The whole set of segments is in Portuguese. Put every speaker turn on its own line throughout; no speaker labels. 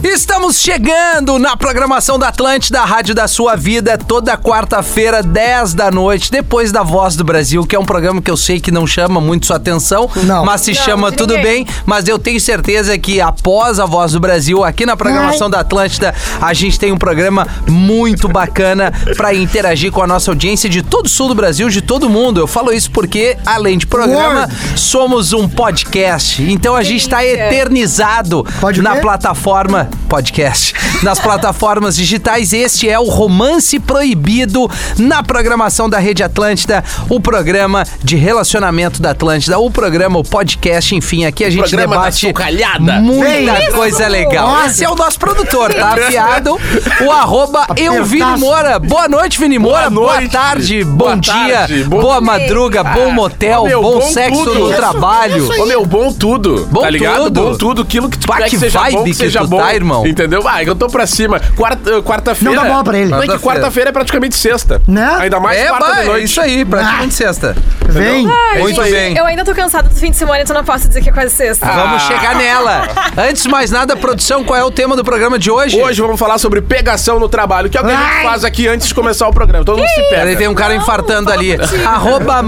Estamos chegando na programação da Atlântida, a Rádio da Sua Vida, toda quarta-feira, 10 da noite, depois da Voz do Brasil, que é um programa que eu sei que não chama muito sua atenção,
Não.
mas se chama Tudo Bem, mas eu tenho certeza que após a Voz do Brasil, aqui na programação da Atlântida, a gente tem um programa muito bacana para interagir com a nossa audiência de todo o sul do Brasil, de todo mundo. Eu falo isso porque, além de programa, somos um podcast, então a gente está eternizado
Pode o
na
quê?
plataforma plataforma podcast. Nas plataformas digitais, este é o Romance Proibido na programação da Rede Atlântida, o programa de relacionamento da Atlântida, o programa, o podcast, enfim, aqui a gente
programa da
debate
tá sucalhada.
muita
Isso!
coisa legal.
Nossa.
Esse é o nosso produtor, tá? Afiado, o arroba eu, Vini Moura. Boa noite, Vini Moura. Boa,
noite.
tarde, bom
Boa
dia,
tarde, bom
boa
dia. Ah,
madruga, bom motel,
meu,
bom,
bom
sexo
tudo.
no
Isso,
trabalho.
Ô, meu, bom tudo.
Bom
tá ligado?
tudo.
Bom tudo. Aquilo que tu
Pá,
quer
que
que seja
vibe
bom, que,
que
seja
tu
bom.
tá, irmão.
Entendeu? Ah, eu tô pra cima. Quarta- eh, Quarta-feira.
Não dá bola pra ele.
Não é que
Quarta-feira.
quarta-feira é praticamente sexta.
Né?
Ainda mais
é,
quarta
bah,
de
é
noite.
isso aí,
Ah.
praticamente sexta.
Vem.
Ai,
Muito
gente,
bem.
Eu ainda tô cansada do fim de semana, então não posso dizer que é quase sexta.
Vamos chegar nela. Antes de mais nada, produção, qual é o tema do programa de hoje?
Hoje vamos falar sobre pegação no trabalho, que é o que a gente
Ai.
faz aqui antes de começar o programa. Todo mundo se
Peraí,
pega.
tem um cara infartando ali.
contigo.
Arroba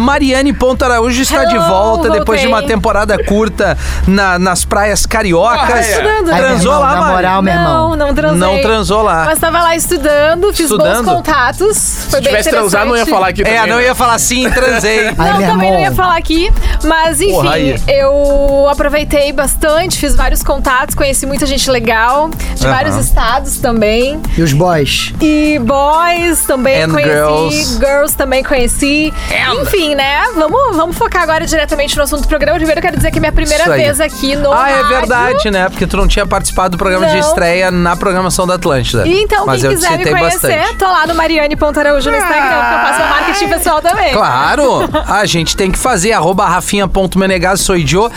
Mariane.araújo está de
Hello,
volta depois de
voltei.
uma temporada curta na- nas praias cariocas.
Ah, é.
Ai, meu
Transou
irmão,
lá,
Na
Mari?
moral, meu
Não,
irmão.
não transei.
Não transou lá.
Mas tava lá estudando, fiz
Estudando?
bons contatos. Foi
Se
bem
tivesse transar, não ia
interessante.
falar aqui
É,
também,
não
né?
ia falar assim, transei.
Ai,
não,
meu
também não ia
irmão.
falar aqui, mas enfim,
Porra, aí.
eu aproveitei bastante, fiz vários contatos, conheci muita gente legal, de
Aham.
vários estados também.
E os boys?
E boys também
And
conheci,
girls.
também conheci. Enfim, né? Vamos, vamos focar agora diretamente no assunto do programa. Primeiro, eu quero dizer que é minha primeira
Isso aí.
vez aqui no.
Ah, é
rádio.
verdade, né? Porque tu não tinha participado do programa de
Não.
estreia na programação da Atlântida.
E então,
Mas
quem
eu te
quiser me
citei
conhecer,
bastante.
tô lá no Mariane Pontaraújo no Instagram, que eu faço meu marketing pessoal também.
Claro, a gente tem que fazer. Arroba Rafinha.menegas, sou Joe.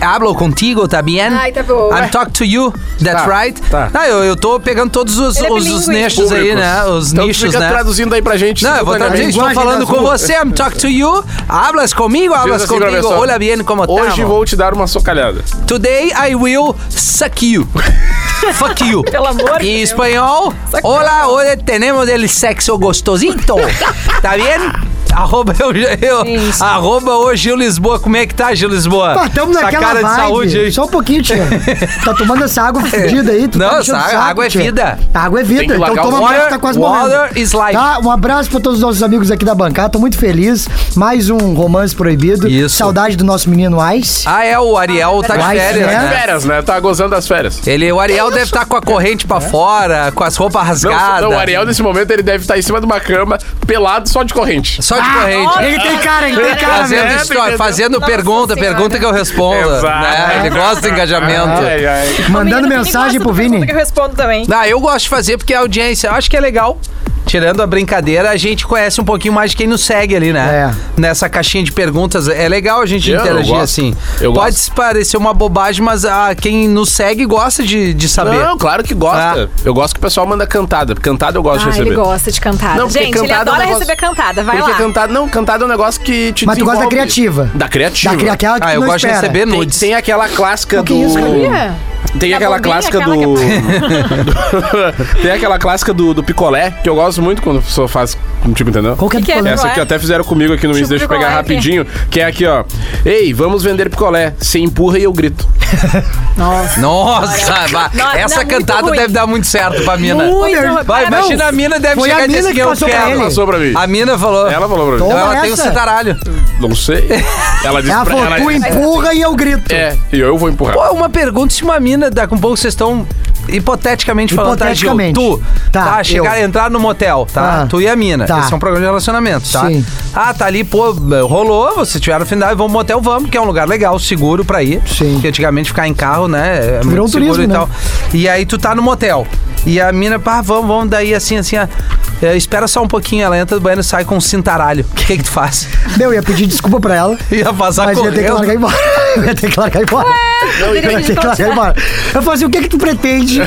Hablo contigo, tá bien?
Ai, tá bom.
I'm talk to you, that's
Tá,
right.
tá.
Ah, eu, eu tô pegando todos os,
Ele é
os, os
bilíngue.
nichos aí, né? Os
então
nichos,
fica
né?
traduzindo aí pra gente.
Não, eu vou traduzir.
simultaneamente.
Estou
Linguagem
falando
das
com
ruas.
você. I'm talk to you. Hablas comigo, hablas
Diz assim,
comigo.
professor,
Olha bien como estamos.
Hoje vou te dar uma socalhada.
Today I will suck you. Fuck you.
Pelo amor de
Em
Deus.
espanhol, hola, hoy tenemos el sexo gostosito. Tá bien? Arroba, eu, eu,
Isso.
arroba ô Gil Lisboa. Como é que tá, Gil Lisboa?
Pá, tamo
Essa
naquela
cara
vibe.
de saúde aí.
Só um pouquinho, tia. tá tomando essa água fedida aí. Tu
Não,
tá enchendo
essa
o saco,
água é
tia.
vida.
A água é
Tem que
vida. Então
largar
toma
o
um abraço,
water-
tá quase
water
morrendo.
is life.
Tá, um abraço pra todos os nossos amigos aqui da bancada. Tô muito feliz. Mais um romance proibido.
Isso.
Saudade do nosso menino Ice.
Ah, é, o Ariel tá de
verdade.
férias,
Vai,
né?
né?
Férias, né? Tá gozando das férias.
Ele, o Ariel deve estar com a corrente
É.
pra fora, com as roupas
Não,
rasgadas.
não, o Ariel, nesse momento, ele deve estar em cima de uma cama, pelado, só de corrente.
Só de corrente.
Ele tem cara, ele tem cara,
Fazendo,
velho.
história,
É, entendeu?
fazendo
Ah, Nossa
pergunta,
Senhora.
pergunta que eu respondo.
Exato.
né? Ele gosta de engajamento.
É.
Ai, ai.
Mandando
Menino,
mensagem
ninguém
pro
gosta do
Vini.
que eu respondo também.
Ah, eu gosto de fazer porque a audiência, eu acho que é legal. Tirando a brincadeira, a gente conhece um pouquinho mais de quem nos segue ali, né?
É.
Nessa caixinha de perguntas. É legal a gente
Eu- eu
interagir
gosto.
assim.
Eu
Pode
gosto.
parecer uma bobagem, mas ah, quem nos segue gosta de, de saber.
Não, claro que gosta.
Ah.
Eu gosto que o pessoal manda cantada. Cantada eu gosto de
Ah,
receber.
ele gosta de cantada.
Não, porque
Gente, ele
cantada é um
adora
negócio-
receber cantada. Vai
Porque
lá.
cantada, não, cantada é um negócio que te
Mas tu gosta da
desenvolve.
criativa.
Da criativa.
Da, aquela é que
Ah,
tu
eu
não
gosto
espera.
de receber
Tem,
nudes.
tem aquela clássica
que é
do.
isso,
Sabia?
Tem
Da
aquela
bombinha,
clássica
aquela é
do. tem aquela clássica do, do picolé, que eu gosto muito quando a pessoa faz contigo, entendeu?
Qual que é
Que que é?
do
Essa
Picolé?
aqui até fizeram comigo aqui no Insta, deixa eu
picolé
pegar
aqui.
rapidinho, que é aqui, ó. Ei, vamos vender picolé. Você empurra e eu grito.
Nossa.
Nossa, vá.
é
Não,
essa
não, muito
cantada
ruim.
deve dar muito certo pra mina.
Muito,
Vai,
Vai,
rapaz.
imagina a mina deve
Foi
chegar
a
e dizer assim,
mina que
eu
passou pra
quero.
ele.
Ela passou pra mim.
A mina falou.
Ela falou pra mim.
Toma
ela tem um o
essa.
citaralho.
Não sei. Ela disse
Ela
pra
falou,
ela.
tu empurra e eu grito.
É, e eu vou empurrar.
Pô, uma pergunta se uma mina dá com pouco, vocês estão hipoteticamente falando, tá, Gil?
Hipoteticamente.
Tu, tá,
Tá,
chegar,
eu.
entrar no motel, tá?
Tá.
Tu e a mina.
Tá.
Esse é um programa de relacionamento, tá?
Sim.
Ah, tá ali, pô, rolou, vocês tiveram final, vamos pro motel, vamos, que é um lugar legal, seguro pra ir.
Sim.
Porque antigamente ficar em carro, né, é
Virou
muito
um
seguro
turismo,
e
né?
tal. E aí tu tá no motel. E a mina, pá, vamos, vamos daí assim, assim, ó. É, espera só um pouquinho, ela entra do banheiro e sai com um cintaralho. O que que tu faz?
Meu, eu ia pedir desculpa pra ela,
Ia passar
mas ia ter que
correndo.
largar embora. Eu ia ter que largar embora.
é
Não,
Eu ia ter que largar embora. Eu falei assim, o que que tu pretende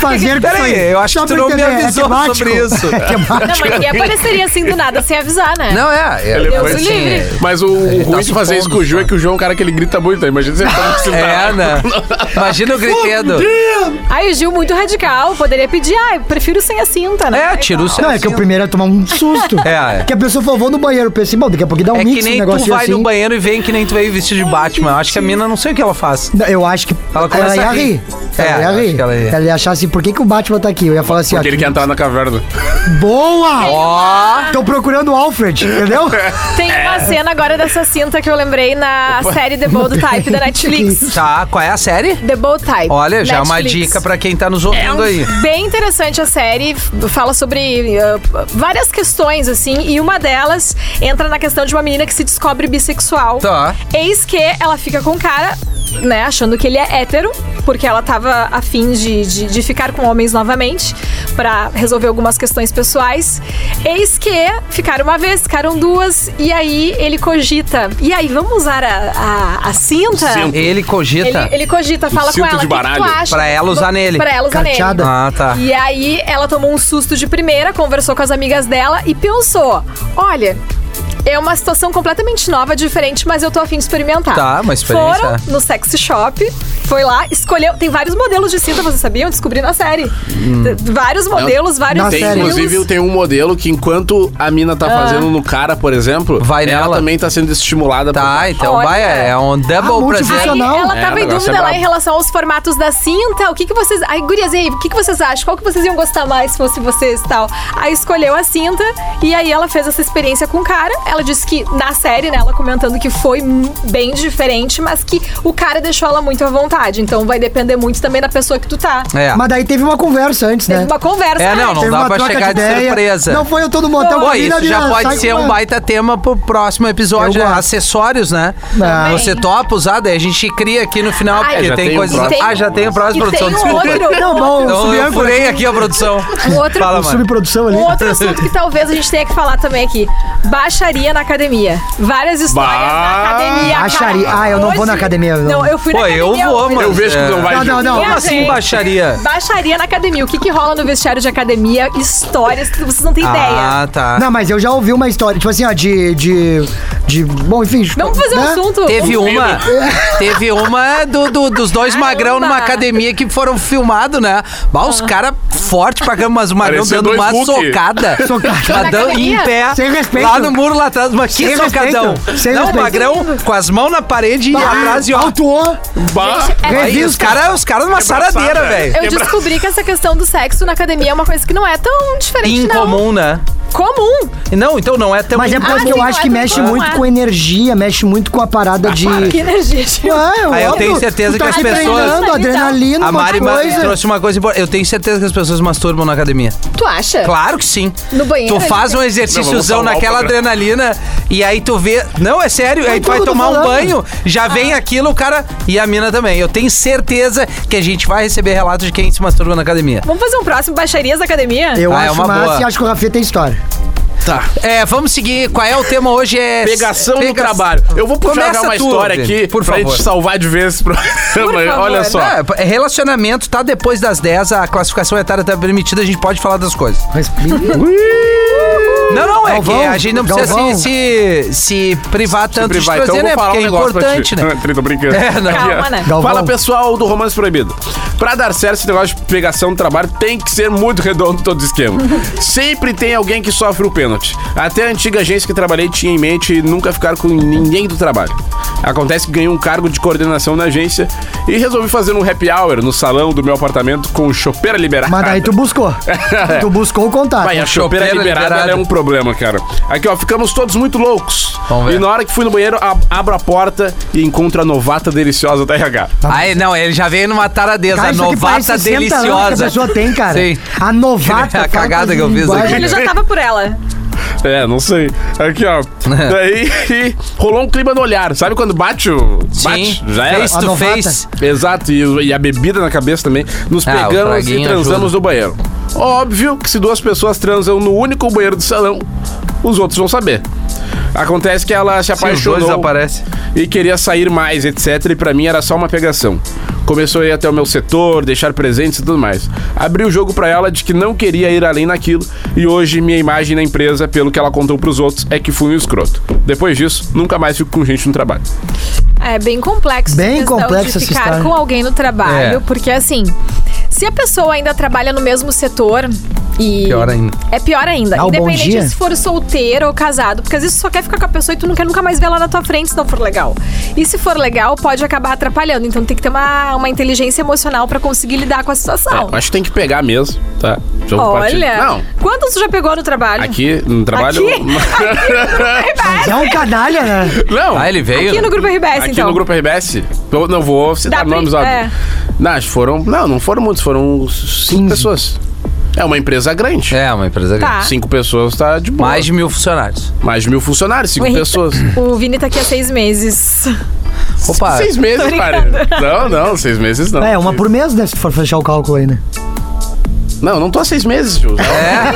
fazer com isso
Peraí, eu acho
Só
que tu
pra
não me
entender, é
avisou
temático?
sobre isso.
É
Não,
temático.
mas ninguém apareceria assim do nada sem avisar, né?
Não, é. é
Ele
Deus
foi
o
assim.
livre.
Mas o, o
tá
ruim
se
de fazer isso
pondo,
com o Ju é
cara.
que o João é um cara que ele grita muito, né? imagina se ele tá com
É,
cintaralho.
né? Imagina o gritedo.
Aí o Gil, muito radical, poderia pedir, ah, eu prefiro sem a cinta, né?
É, tira o seu.
Não, é que o primeiro é tomar um susto.
É, é.
Que a pessoa falou, vou no banheiro. Eu pensei, bom, daqui a pouco dá um
É que
mix
nem
um
tu
negócio
vai
assim.
no banheiro e vem que nem tu veio vestido de Batman. Eu Acho que a mina não sei o que ela faz.
Não, Eu acho que
Ela
ela,
começa a
ia
rir.
rir.
É,
Ela ia
acho
rir.
que ela
Ela
ia.
ia, achar assim, por que, que o Batman tá aqui? Eu ia falar assim, ó.
Porque ele quer entrar na caverna.
Tá
Boa!
Ó, É.
Estão procurando o Alfred, entendeu?
Tem uma
É.
cena agora dessa cinta que eu lembrei na série The Bold Type da Netflix.
tá. Qual é a série?
The Bold Type.
Olha, já é uma
Netflix. É um
dica pra quem tá nos ouvindo aí.
Bem interessante a série, f- fala sobre uh, várias questões, assim, e uma delas entra na questão de uma menina que se descobre bissexual.
Tá.
Eis que ela fica com um cara, né, achando que ele é hétero, porque ela tava afim de, de, de ficar com homens novamente, pra resolver algumas questões pessoais. Eis que ficaram uma vez, ficaram duas, e aí ele cogita. E aí, vamos usar a, a, a cinta?
Cinto.
Ele
Ele,
cogita
ele cogita, fala com
cinto
ela.
de
"O que que tu
baralho."
acha?"
pra ela usar nele.
Pra ela usar nele.
Carteada.
Ah, tá.
E aí ela tomou um susto de primeira, conversou com as amigas dela e pensou: olha. É uma situação completamente nova, diferente, mas eu tô afim de experimentar.
Tá, uma experiência,
Foram
é.
no sexy shop, foi lá, escolheu. Tem vários modelos de cinta, vocês sabiam? Eu Descobri na série. T- Vários modelos, vários
na
Hum. Tem,
série.
estilos.
inclusive, tem um modelo que enquanto a mina tá fazendo no cara, por exemplo,
Ah. Vai
ela
nela.
também tá sendo estimulada.
Tá,
por...
então
Olha.
vai, é, é um double
Ah,
Aí
presente.
multifuncional. Sensacional.
ela
É,
tava
o
em
negócio
dúvida
é
lá
brabo.
em relação aos formatos da cinta. O que que vocês... Ai, gurias, e aí, o que que vocês acham? Qual que vocês iam gostar mais se fosse vocês e tal? Aí escolheu a cinta e aí ela fez essa experiência com o cara. Ela disse que, na série, né, ela comentando que foi m- bem diferente, mas que o cara deixou ela muito à vontade. Então vai depender muito também da pessoa que tu tá.
É.
Mas daí teve uma conversa antes,
Teve
né?
uma conversa.
É,
né?
não, não
Teve
dá
uma
pra
troca
chegar de,
ideia.
surpresa.
Não foi eu todo motel
Pô,
com a mina,
isso já
mina, sai
pode ser
com
um
uma-
baita tema pro próximo episódio,
Eu
né?
gosto.
acessórios, né?
Não.
Você topa usar, daí a gente cria aqui no final,
Ah,
porque
já
tem,
tem
coisa...
um próximo.
Ah, já tem o
E
próximo, produção,
tem um
desculpa.
outro,
Não, bom,
Então,
subi
eu furei aqui a produção.
um outro-
Fala, Tá, mano.
subprodução ali.
Um outro assunto que talvez a gente tenha que falar também aqui. Baixaria na academia. Várias histórias
Bah.
na academia. cara.
Baixaria. Ah, eu não vou na academia, não.
Não, eu fui
Pô,
na
eu
academia.
vou,
hoje.
mano.
Eu vejo que tu não vai.
Não, não, não.
Como assim
gente.
baixaria?
Baixaria na academia. O que, que rola no vestiário de academia? Histórias que vocês não têm ideia.
Ah, tá.
Não, mas eu já ouvi uma história, tipo assim, ó, de. de, de bom, enfim.
Vamos fazer um
né?
assunto.
Teve uma, teve uma do, do- dos dois
Caramba. Ah.
magrão numa academia que foram filmados, né? Bah, os caras fortes pra caramba, mas o magrão
Parecia
dando
dois
uma
Hulk.
socada.
Socada.
Mas dando em
academia?
pé.
Sem respeito.
Lá no muro, lá atrás. Mas que
Sem
socadão.
respeito. Sem
Não, o
respeito.
magrão com as mãos na parede e atrás e ó.
Autuou.
Bah,
Aí, os
Revista.
caras os cara numa
Quebraçada.
saradeira, velho.
é Eu descobri que essa questão do sexo na academia é uma coisa que não é tão diferente, não.
Incomum, né?
Comum.
Não, então não é tão
Mas é
incomum.
porque
sim,
eu acho que
não é
mexe
tudo,
muito
não é.
com energia, mexe muito com a parada de.
Que energia, gente.
Ué,
Ah, eu
óbvio,
tenho certeza
tu tá
que as
se
pessoas-
treinando, adrenalina,
A
um monte
Mari
de
ma-
coisa.
trouxe uma coisa importante. Eu tenho certeza que as pessoas masturbam na academia.
Tu acha?
Claro que sim.
No banheiro,
Tu faz um
ele-
Não,
exercíciozão
vamos salvar o
naquela
programa.
adrenalina e aí tu vê. Não, é sério, aí tu vai
tudo eu tô
tomar um
falando.
banho, já
Ah.
vem aquilo, o cara. E a mina também. Eu tenho certeza que a gente vai receber relatos de quem se masturba na academia.
Vamos fazer um próximo Baixarias da Academia?
Eu
Ah, é
acho
uma
massa
boa.
e acho que o Rafinha tem história.
tá.
É, vamos seguir. Qual é o tema hoje? É
Pegação no
pega-
trabalho. Eu vou puxar
Começa
já uma
tu,
história
Vini,
aqui
por
pra
favor.
gente salvar de vez esse programa.
favor.
Olha só.
É, relacionamento tá depois das 10, a classificação etária tá permitida, a gente pode falar das coisas.
Mas,
Não, não, é
Galvão,
que a gente não precisa
Galvão.
se, se, se privar
Se
tanto
privar,
de
então
trazer,
eu vou
né?
falar
Porque
um
é
negócio pra
importante,
ti.
né?
Tô brincando.
É, não.
Calma, né?
Galvão.
Fala pessoal do Romance Proibido. Pra dar certo esse negócio de pegação do trabalho, tem que ser muito redondo todo o esquema. Sempre tem alguém que sofre o pênalti. Até a antiga agência que trabalhei tinha em mente nunca ficar com ninguém do trabalho. Acontece que ganhei um cargo de coordenação na agência e resolvi fazer um happy hour no salão do meu apartamento com o chopeira liberado.
mas daí tu buscou. tu buscou o contato.
Vai, a Ah, chopeira
chopeira
liberada
liberada.
ela é um problema, cara. Aqui, ó, ficamos todos muito loucos.
Vamos ver.
E na hora que fui no banheiro, ab- abro a porta e encontro a novata deliciosa da RH.
Aí, não, ele já veio numa taradeza,
Cara, isso aqui parece
novata
60 anos que
deliciosa.
a pessoa tem, cara.
Sim.
A novata. um
A
fala com
cagada que eu fiz
linguagem-
aqui.
Ele já tava por ela.
É, não sei. Aqui, ó. Daí rolou um clima no olhar. Sabe quando bate o. Bate, já era.
Face to
A
face.
Exato, e, o- e a bebida na cabeça também. Nos
Ah, o
pegamos e
traguinho
transamos
ajuda.
no banheiro. Óbvio que se duas pessoas transam no único banheiro do salão, os outros vão saber. Acontece que ela se
Sim, os dois
apaixonou
aparecem.
e queria sair mais, etc. E pra mim era só uma pegação. Começou a ir até o meu setor, deixar presentes e tudo mais. Abri o jogo pra ela de que não queria ir além naquilo e hoje minha imagem na empresa, pelo que ela contou pros outros, é que fui um escroto. Depois disso, nunca mais fico com gente no trabalho.
É bem complexo.
Bem
essa questão
complexa
de
essa
ficar
história.
com alguém no trabalho,
É.
porque assim, se a pessoa ainda trabalha no mesmo setor e
Pior ainda.
é pior ainda,
Ah, o bom
independente
dia.
se for solteiro ou casado, porque às vezes tu só quer ficar com a pessoa e tu não quer nunca mais ver ela na tua frente se não for legal. E se for legal, pode acabar atrapalhando, então tem que ter uma, uma inteligência emocional pra conseguir lidar com a
É,
situação.
eu acho que tem que pegar mesmo, tá? Deixa eu compartilhar.
Olha,
Não,
quantos tu já pegou no trabalho?
aqui no trabalho.
Aqui?
Mas é um canalha, né?
Não,
Ah, ele veio?
Aqui no grupo RBS,
aqui
então.
no grupo RBS. Eu não vou citar
Dá pra-
nomes, óbvio.
é.
Não, acho que foram. Não, não foram muitos, foram cinco pessoas. É uma empresa grande.
É, uma empresa grande.
Tá.
Cinco pessoas tá de boa.
Mais de mil funcionários.
Mais de mil funcionários, cinco
Ui.
pessoas.
O Vini tá aqui há seis meses.
Opa, um-
Seis meses, cara. Não, não, seis meses não.
É, uma por mês, né? Se tu for fechar o cálculo aí, né?
Não, não tô há seis meses, tio.
É.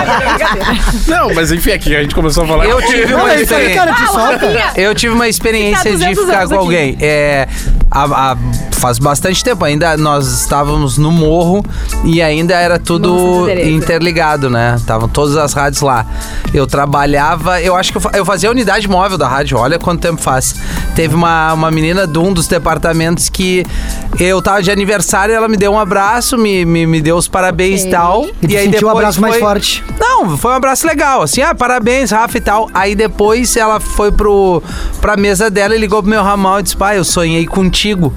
Não, mas enfim, aqui a gente começou a falar.
eu tive
Não,
uma
é isso aí,
experiência.
cara,
Ah,
te solta.
Eu tive uma experiência
Ficar
de
200
ficar
anos
com
aqui.
alguém. É, há- há- faz bastante tempo ainda. Nós estávamos no morro e ainda era tudo
Nossa, Tereza.
interligado, né? Estavam todas as rádios lá. Eu trabalhava, eu acho que eu, fa- eu fazia a unidade móvel da rádio. Olha quanto tempo faz. Teve uma, uma menina de um dos departamentos que eu tava de aniversário, ela me deu um abraço, me, me, me deu os parabéns e tal.
E tu sentiu o abraço mais forte.
Não, foi um abraço legal, assim, ah, parabéns, Rafa e tal. Aí depois ela foi pro, pra mesa dela e ligou pro meu ramal e disse, pai, eu sonhei contigo.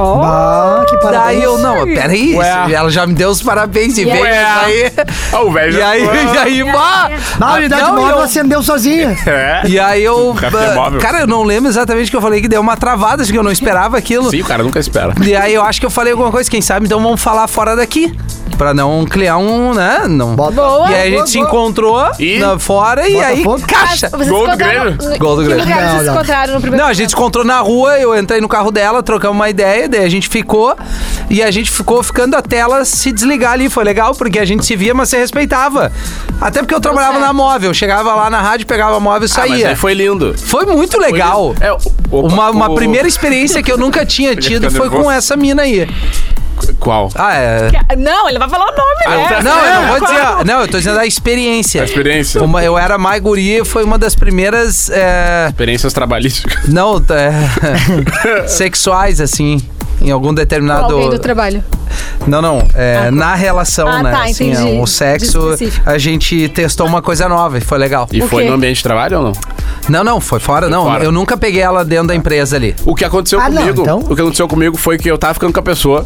Ah, que parabéns.
Daí eu, não, peraí,
Ué.
ela já me deu os parabéns e veio
Ué.
aí.
Ah, o velho
E
já
aí,
foi.
e aí, bah!
Na unidade
Não, e
móvel
eu-
tá acendeu sozinha.
É.
E aí eu.
Café móvel.
Cara, eu não lembro exatamente o que eu falei, que deu uma travada, acho que eu não esperava aquilo.
Sim, o cara nunca espera.
E aí eu acho que eu falei alguma coisa, quem sabe, então vamos falar fora daqui. Pra não criar um, né? Não.
Bota.
Boa.
E aí a gente se encontrou
E?
na- fora e aí
Botafogo?
caixa.
Vocês
Gol do
se encontraram
Grêmio.
no-
Gol do
que
Grêmio.
lugar
Não,
vocês se
não.
encontraram no primeiro
Não, a gente se encontrou na rua, eu entrei no carro dela, trocamos uma ideia, daí a gente ficou e a gente ficou ficando até ela se desligar ali. Foi legal, porque a gente se via, mas se respeitava. Até porque eu trabalhava
certo.
na móvel, chegava lá na rádio, pegava móvel e
Ah, mas
saía.
aí foi lindo.
Foi muito legal.
É, o- o-
é. Uma, uma
o-
primeira experiência que eu nunca tinha tido
ficar
foi com
nervoso.
essa mina aí.
Qual?
Ah, é.
lugar. Não, ele vai falar o nome,
Ah,
né?
tá.
Não, eu não vou dizer.
Claro.
Não, eu tô dizendo a experiência.
A experiência.
Uma- eu era mais guria e foi uma das primeiras. é,
Experiências trabalhistas.
Não, é, sexuais, assim, em algum
Com
determinado.
Alguém do trabalho.
Não, não. é, na relação,
Ah,
né?
tá,
assim,
entendi.
é, o sexo,
Específico.
a gente testou uma coisa nova e foi legal.
E
O
foi
quê?
no ambiente de trabalho ou não?
Não, não, foi fora, não.
fora.
Eu nunca peguei ela dentro da empresa ali.
O que aconteceu
Ah, não,
comigo,
então?
o que aconteceu comigo foi que eu tava ficando com a pessoa,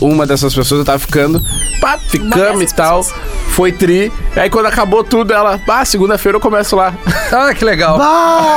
uma dessas pessoas eu tava ficando, pá, ficamos e
dessas
tal, foi tri. Aí quando acabou tudo, ela, pá, segunda-feira eu começo lá.
Olha Ah, que legal.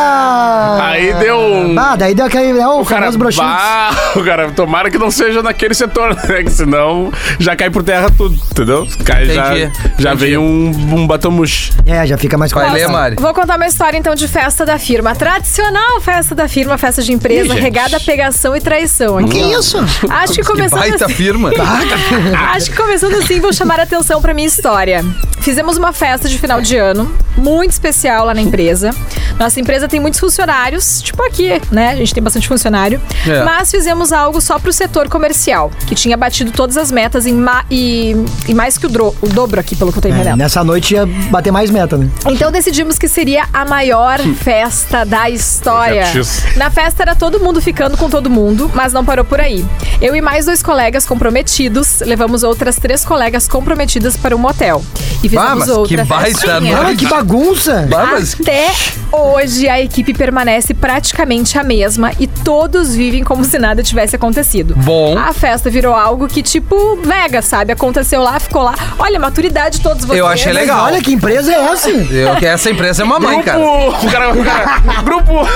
Bah!
Aí deu um.
Ah, daí deu aquele. É o,
o cara,
famoso broxinho.
bah, o cara, tomara que não seja naquele setor, né? Que senão já cai por terra tudo, entendeu? Cai, já,
Entendi,
já
entendi.
veio um, um batomush.
É, já fica mais
Vai
claro.
ler, Mari.
Vou contar uma história então de festa da firma. A tradicional festa da firma, festa de empresa,
Ih, gente.
regada a pegação e traição. Aqui.
Que isso?
Acho que
Que
começando
baita
assim.
firma. Ah,
Acho que começando assim, vou chamar a atenção pra minha história. Fizemos uma festa de final de ano, muito especial lá na empresa. Nossa empresa tem muitos funcionários, tipo aqui, né? A gente tem bastante funcionário.
É.
Mas fizemos algo só pro setor comercial, que tinha batido todas as metas em ma- e, e mais que o, dro- o dobro aqui, pelo que eu tô
É,
entendendo.
nessa noite ia bater mais meta, né?
Então decidimos que seria a maior
Hum.
festa da história.
Projeto X.
Na festa era todo mundo ficando com todo mundo, mas não parou por aí. Eu e mais dois colegas comprometidos levamos outras três colegas comprometidas para um motel. E fizemos
Ah, mas que
outra
baita
festinha.
noite.
Ah, tá.
Cara, que bagunça!
Bah, mas
Até Hoje a equipe permanece praticamente a mesma e todos vivem como se nada tivesse acontecido.
Bom.
A festa virou algo que, tipo, Vegas, sabe? Aconteceu lá, ficou lá. Olha, maturidade de todos vocês.
Eu achei
Mas
legal.
olha que empresa é essa.
Eu, que essa empresa é mamãe, cara.
Grupo! O cara, o cara- grupo!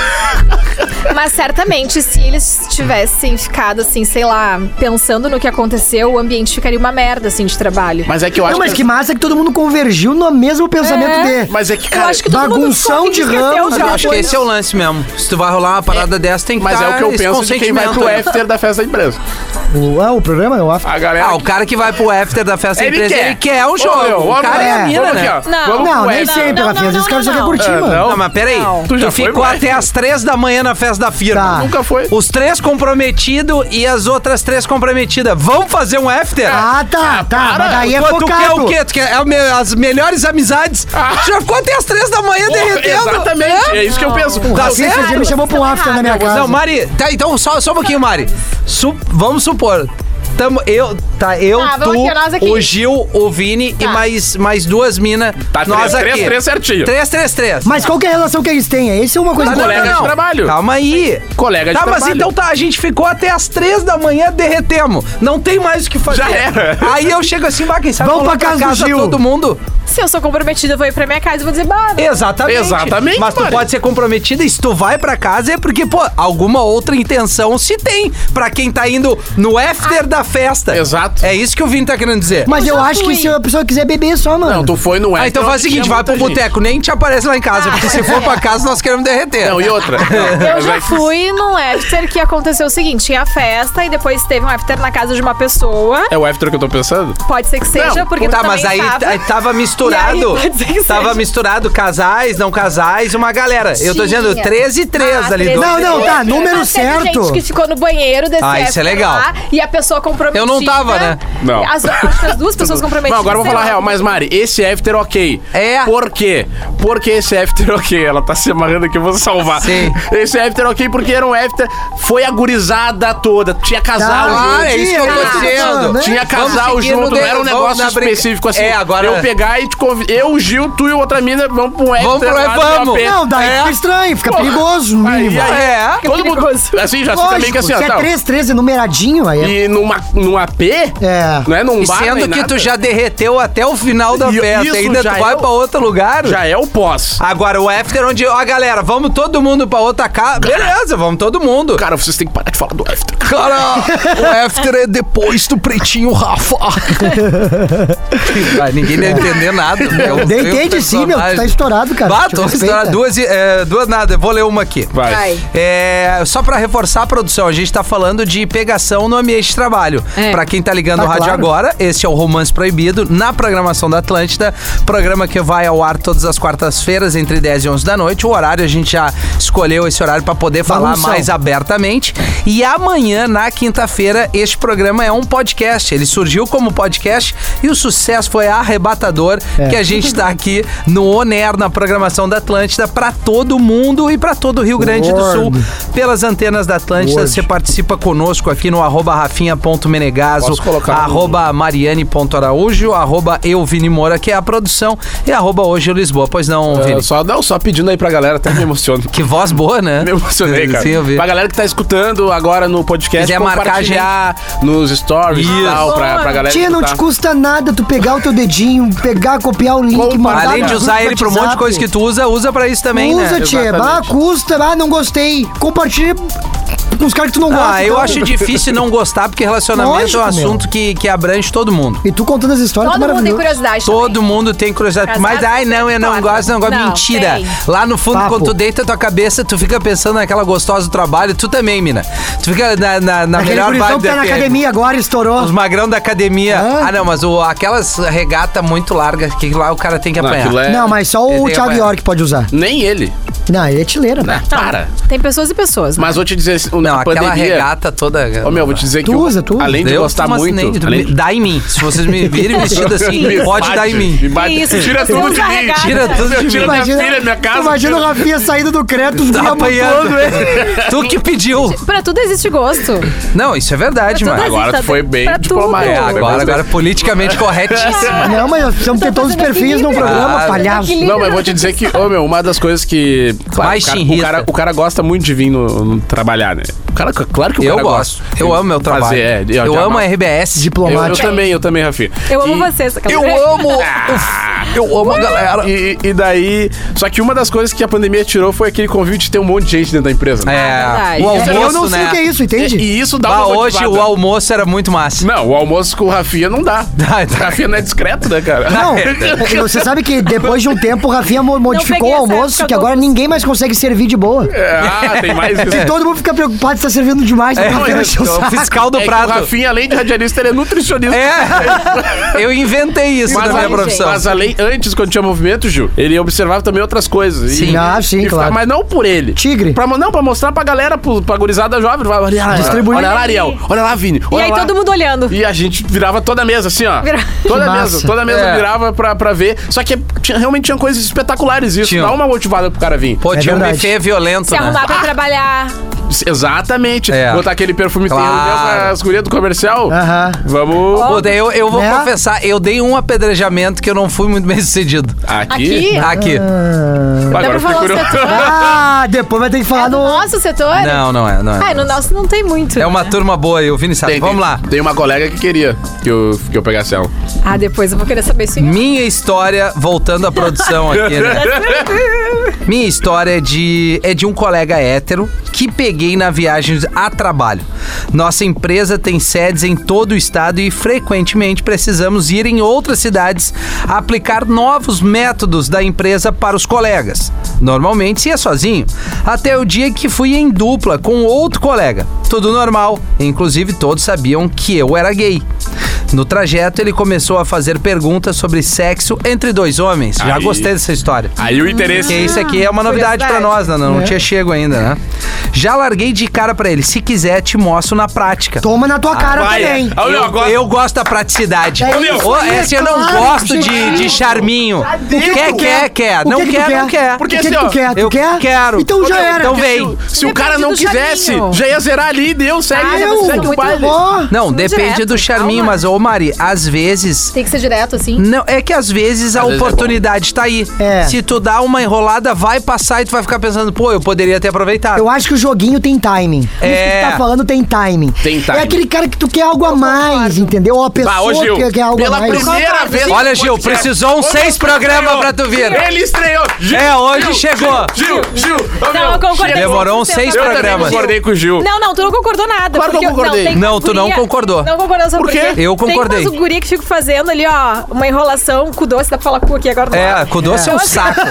Mas certamente, se eles tivessem ficado, assim, sei lá, pensando no que aconteceu, o ambiente ficaria uma merda, assim, de trabalho.
Mas é que eu acho
Não, mas
que.
que massa que todo mundo convergiu no mesmo pensamento de.
Mas é que,
Eu
cara.
acho que todo mundo
bagunção
ficou,
de
esqueceu
ramos,
de
eu
Acho que
depois.
esse é o lance mesmo. Se tu vai rolar uma parada dessa, tem que
Mas
tá
é o que eu
esse
penso de quem vai pro
consentimento, né?
after da festa da empresa.
O, ah, o programa é o after.
A galera.
Ah, o cara que vai pro after da festa da
Ele
empresa,
quer.
ele quer
Ô,
um jogo.
meu,
o
vamos-
cara é a
é,
mina,
Vamos
né?
aqui, ó.
Não.
Vamos
Não,
pro
nem
after.
sempre,
não,
Rafinha. Às vezes o
não,
cara só quer
não.
curtir,
É,
mano.
não.
Não, mas peraí.
Não.
Tu,
Tu já foi,
ficou
vai?
até as três da manhã na festa da firma.
Tá.
Nunca foi.
Os três comprometidos e as outras três comprometidas. Vamos fazer um after?
Ah, tá, tá. mas daí é
Pô, tu quer
focado.
o quê? Tu quer é o me- as melhores amizades?
Ah.
Tu já ficou até as três da manhã derretendo.
Exatamente, é isso que eu penso.
O
Tá
Rafinha esse dia
certo?
me chamou pra um after na minha casa.
Não, Mari, tá, então só, só um pouquinho, Mari. Su- vamos supor. Tamo, eu, tá, eu,
Tá, vamos
tu,
aqui, nós aqui. Tá.
o Gil, o Vini e mais, mais duas minas.
Tá,
nós
três,
aqui.
três, três certinho.
3, 3, 3.
Mas qual que é a relação que eles têm? Esse é uma coisa
Tá, colega de trabalho.
Calma aí.
Colega de
tá, Tá, mas
trabalho.
então tá, a gente ficou até as três da manhã, derretemos. Não tem mais o que fazer.
Já era.
Aí eu chego assim, bah, quem sabe
Vamos
vou lá
pra casa do Gil.
todo mundo.
Se eu sou comprometida, eu vou ir pra minha casa e vou dizer, bah,
Exatamente.
Exatamente,
Mas tu
Mari.
pode ser comprometida e se tu vai pra casa é porque, pô, alguma outra intenção se tem pra quem tá indo no after da festa.
Exato.
É isso que o Vini tá querendo dizer.
Mas eu
já
acho que
fui.
se a pessoa quiser beber é só, mano.
Não, tu foi no after.
Ah, então faz o seguinte, vai pro boteco, nem te aparece lá em casa, porque se for pra casa nós queremos derreter.
Não, e outra.
É,
Eu já fui num after que aconteceu o seguinte: tinha a festa e depois teve um after na casa de uma pessoa.
É o after que eu tô pensando?
Pode ser que seja,
Não,
porque
tá,
tu
mas
também
aí
tava.
aí tava misturado.
E aí, pode ser que
tava
seja.
misturado casais, não casais, uma galera. Eu tô dizendo
Tinha.
13 e 3
Ah,
ali.
três
dois.
Não,
e
não,
três.
tá, número
Mas teve
certo.
gente que ficou no banheiro desse
Ah, isso é
after
legal.
lá, e a pessoa comprometida.
Eu não tava, né?
Não.
As, acho que as duas pessoas comprometidas.
Não, agora eu vou
sei
falar
lá.
real, mas Mari, esse after ok.
É.
Por quê? Porque esse after ok, ela tá se amarrando aqui, eu vou salvar.
Sim.
Esse after ok, porque era um after, foi a gurizada toda, tinha casal
Tá,
junto.
Ah, é isso que eu
Ah,
tô dizendo.
né?
Tinha casal
tá Vamos seguir no
junto, não era um
de- vamos
negócio
na brinca-
específico assim.
É, agora-
Eu pegar e te convidar. Eu, o Gil, tu e outra mina, vamos pro after.
Vamos pro-
lá no
vamos.
AP.
Não, daí
É.
fica estranho, fica perigoso, no
Aí,
mínimo.
aí,
É.
Todo mundo. Assim, já fica meio que
Lógico,
assim,
se
ó.
é
tá.
3, 13, numeradinho, aí é
E numa, num AP,
É.
não é num
E
bar,
sendo
nem
que tu
nada.
já derreteu até o final da
E
festa,
isso
ainda tu
já
vai
é o-
pra outro lugar.
Já é o pós.
Agora, o after onde, ó, galera, vamos todo mundo pra outra casa. Beleza, vamos todo mundo.
Cara, vocês têm que parar de falar do after.
Cara, o after é depois do pretinho Rafa. Ah, ninguém deve entender nada. meu.
Nem
Tem um
entende sim, meu. Tu tá
personagem.
estourado, cara.
Bah,
Te
tô
respeita.
estourado. Duas, e- é, duas nada. Eu Vou ler uma aqui.
Vai.
É, só pra reforçar a produção, a gente tá falando de pegação no ambiente de trabalho.
É.
Pra quem tá ligando
Tá
o rádio
claro.
agora, esse é o Romance Proibido, na programação da Atlântida, programa que vai ao ar todas as quartas-feiras, entre 10 e 11 da noite. O horário, a gente já escolheu esse horário pra poder falar
Bagunção.
mais abertamente. E amanhã, na quinta-feira, este programa é um podcast. Ele surgiu como podcast e o sucesso foi arrebatador
É.
que a gente tá aqui no Oner, na programação da Atlântida, pra todo mundo e pra todo o Rio Grande do Sul.
Word.
Pelas antenas da Atlântida,
Word.
você participa conosco aqui no arroba rafinha.menegaso,
Posso colocar um-
arroba mariane.araújo, arroba Euvini Moura, que é a produção, e arroba hoje Lisboa. Pois não,
É,
Vini?
só, não, só pedindo aí pra galera, até me emociono.
Que voz boa, né?
Me emocionei, cara.
Sim, eu vi.
Pra galera que tá escutando agora no podcast,
Quiser marcar a gente.
compartilhar nos stories
Isso.
e tal, pra, pra galera
Tia, não
escutar.
te custa nada tu pegar o teu dedinho, pegar, copiar o link,
Compa-
mandar
Além
no
de
grupo
usar
do
ele pra um monte de
WhatsApp.
coisa que tu usa, usa pra isso também,
Usa,
né?
tia. Bah,
Exatamente.
custa. Ah, não gostei. Compartilha com os caras que tu não gosta.
Ah, eu
então.
acho difícil não gostar, porque relacionamento é
Lógico,
um
meu.
assunto que, que abrange todo mundo.
E tu contando as histórias, tá
Todo mundo tem
maravilhoso.
curiosidade.
Todo mundo tem curiosidade.
Casado
Mas, ai, não, eu não
não
gosto, não gosto.
Não,
Mentira.
tem.
Lá no fundo,
Papo.
quando tu deita a tua cabeça, tu fica pensando naquela gostosa do trabalho. Tu também, mina. Tu fica na, na, na
Aquele
melhor
gurizão
vibe
que tá
da
na
FM.
academia agora, estourou.
Os magrão da academia.
Hã?
Ah, não, mas o, aquelas regata muito largas que lá o cara tem que
Não,
apanhar.
aquilo é-
Não, mas só o
Ele é
Thiago
mais-
York pode usar.
Nem ele.
Não, ele é tileira, né?
Para.
Tem pessoas e pessoas.
Mas vou te dizer,
Tá, Não,
na
aquela
pandemia...
regata toda.
Ô, meu, vou te dizer que...
Tu
eu-
usa, tu usa.
Além de
Deu,
gostar
mas
muito...
assim, nem-
além de-
Dá em mim. Se vocês me virem vestido assim,
Me
pode
bate,
dar em mim.
me bate.
Isso.
Tira
Se eu
tudo de
usar
mim.
regata-
Tira tudo de
Tira
mim.
minha filha, minha casa.
imagina o Rafinha saindo do crédito, os
Tá
guria
apanhando.
apontando ele.
Tu que pediu.
Pra tudo existe gosto.
Não, isso é verdade,
Pra
mano.
todas
Agora
Existe,
tu foi
tá-
bem
pra
diplomático.
tudo.
É,
Não,
agora, agora é politicamente corretíssimo.
Ah,
Não, mas nós precisamos ter todos os
fazendo né?
perfis no
equilíbrio.
programa,
Ah,
palhaço.
equilíbrio.
Não, mas vou te dizer que, ô meu, uma das coisas que claro,
Mais
o, cara,
te irrita.
o, cara, o cara gosta muito de vir no, no trabalhar, né? O cara, claro que o
Eu
cara
gosto.
gosta.
Eu amo meu
Fazer,
trabalho.
é,
eu amo a RBS.
eu, eu
Diplomático.
também, eu também, Rafi.
Eu amo vocês, aquela-
Eu amo.
Ah.
Eu amo a galera.
É,
É,
E, e daí. Só que uma das coisas que a pandemia tirou foi aquele convite de ter um monte de gente dentro da empresa. né?
É,
verdade.
o almoço,
eu não sei
né?
o que é isso,
E,
entende?
e isso dá
Bah,
uma
hoje
motivada.
o almoço era muito massa.
Não, o almoço com o Rafinha não dá.
Dá,
O
dá.
Rafinha não é discreto, né, cara? É,
Não, você sabe que depois de um tempo o Rafinha mo- modificou
peguei
o
essa
almoço,
época
que
do
agora
almoço.
ninguém mais consegue servir de boa.
É, ah, tem mais isso.
E todo mundo fica preocupado se tá servindo demais, tá
não,
Rafinha
isso
encher o
Então,
saco.
fiscal do
É que o
prato.
Rafinha, além de radialista, ele é nutricionista.
É, eu inventei isso
Mas,
na minha
além,
profissão.
mas além, antes, quando tinha movimento, Gil, ele observava também outras coisas. E-
Sim. Ah, sim,
e ficava-
claro.
Mas não por ele.
Tigre.
Pra, mo- não, pra mostrar pra galera, pro, pra gurizada jovem. Vai, olha, lá,
Distribuir.
olha lá, Ariel. Olha lá, Vini.
E
olha
aí
lá.
todo mundo olhando.
E a gente virava toda a mesa, assim, ó.
Vira-
Toda
Que
a mesa,
massa.
toda a mesa
É.
virava pra, pra ver. Só que tinha- realmente tinha coisas espetaculares isso.
Tinha.
Dá uma motivada pro cara vir.
Pô,
É
tinha um
verdade.
buffet violento,
é
Se
né?
arrumar pra trabalhar.
Exatamente.
É.
Botar aquele perfume tem
Claro.
reunião com as gurias do comercial.
Aham.
Vamos.
Pô, daí eu, eu vou
Né?
confessar, eu dei um apedrejamento que eu não fui muito bem sucedido.
Aqui?
Aqui.
Dá pra
Agora eu fiquei
falar o
curioso.
setor?
Ah, depois vai ter que falar
No
no...
nosso setor?
Não, não é, não é.
Ah, no nosso não tem muito.
É uma
né?
turma boa aí, o Vini sabe.
Tem,
Tá, Vamos
tem-
lá.
Tem uma colega que queria que eu, que eu pegasse ela.
Ah, depois eu vou querer saber isso. em-
Minha história, voltando à produção aqui, né? Minha história é de, é de um colega hétero que peguei na viagem a trabalho. Nossa empresa tem sedes em todo o estado e frequentemente precisamos ir em outras cidades aplicar novos métodos da empresa para os colegas. Normalmente ia sozinho, até o dia que fui em dupla com outro colega. Tudo normal, inclusive todos sabiam que eu era gay. No trajeto, ele começou a fazer perguntas sobre sexo entre dois homens. Já
Aí.
gostei dessa história.
Aí o interesse.
Porque isso aqui é uma novidade pra nós, né? Não tinha chego ainda, né? Já larguei de cara pra ele. Se quiser, te mostro na prática.
Toma na tua cara
Vai.
também.
Ah, meu,
Eu,
agora-
eu gosto da praticidade.
É isso
Ô,
aí,
essa eu não
claro,
gosto de,
objetivo.
de charminho. é,
O que
quer,
que tu
quer, quer.
O
Não
que que tu
quer, não quer.
O
Porque
que que
assim, ó,
tu quer?
eu
Tu quer?
quero.
Então já era.
Então
Porque
vem.
Se, se o cara não
Depende do
quisesse,
caminho.
já ia zerar ali, deu, segue,
Ah,
Eu,
segue o
muito
baile.
ó.
Não,
Isso
depende
direto,
do charminho,
calma.
mas, ô Mari, às vezes
Tem que ser direto, assim?
Não, é que às vezes a
Às vezes é
oportunidade tá aí.
É.
Se tu dá uma enrolada, vai passar e tu vai ficar pensando, pô, eu poderia ter aproveitado.
Eu acho que o joguinho tem timing. Isso
É.
que tu tá falando tem timing.
Tem timing.
É aquele cara que tu quer algo a mais, entendeu? Ou a pessoa
Bah, ô, Gil,
que quer algo
pela
a mais.
primeira vez.
Olha,
no
é Gil,
podcast,
precisou uns
hoje
seis
estreou.
programas pra tu vir.
Ele estreou. Gil,
É, hoje
Gil,
chegou.
Gil, Gil. Ô,
Não, eu concordei.
chega.
Demorou uns
Você
seis
tá-
Eu também
programas.
concordei com o Gil.
Não, não, tu não concordou nada.
Claro que eu
porque
concordei.
tem
Não, tu não
guria-
concordou.
Não concordou, sabe
Por quê?
Eu concordei.
Tem umas guria que fica fazendo ali, ó, uma enrolação com doce, dá pra falar cu aqui agora. não
É,
dá.
com doce é um
Nossa.
saco.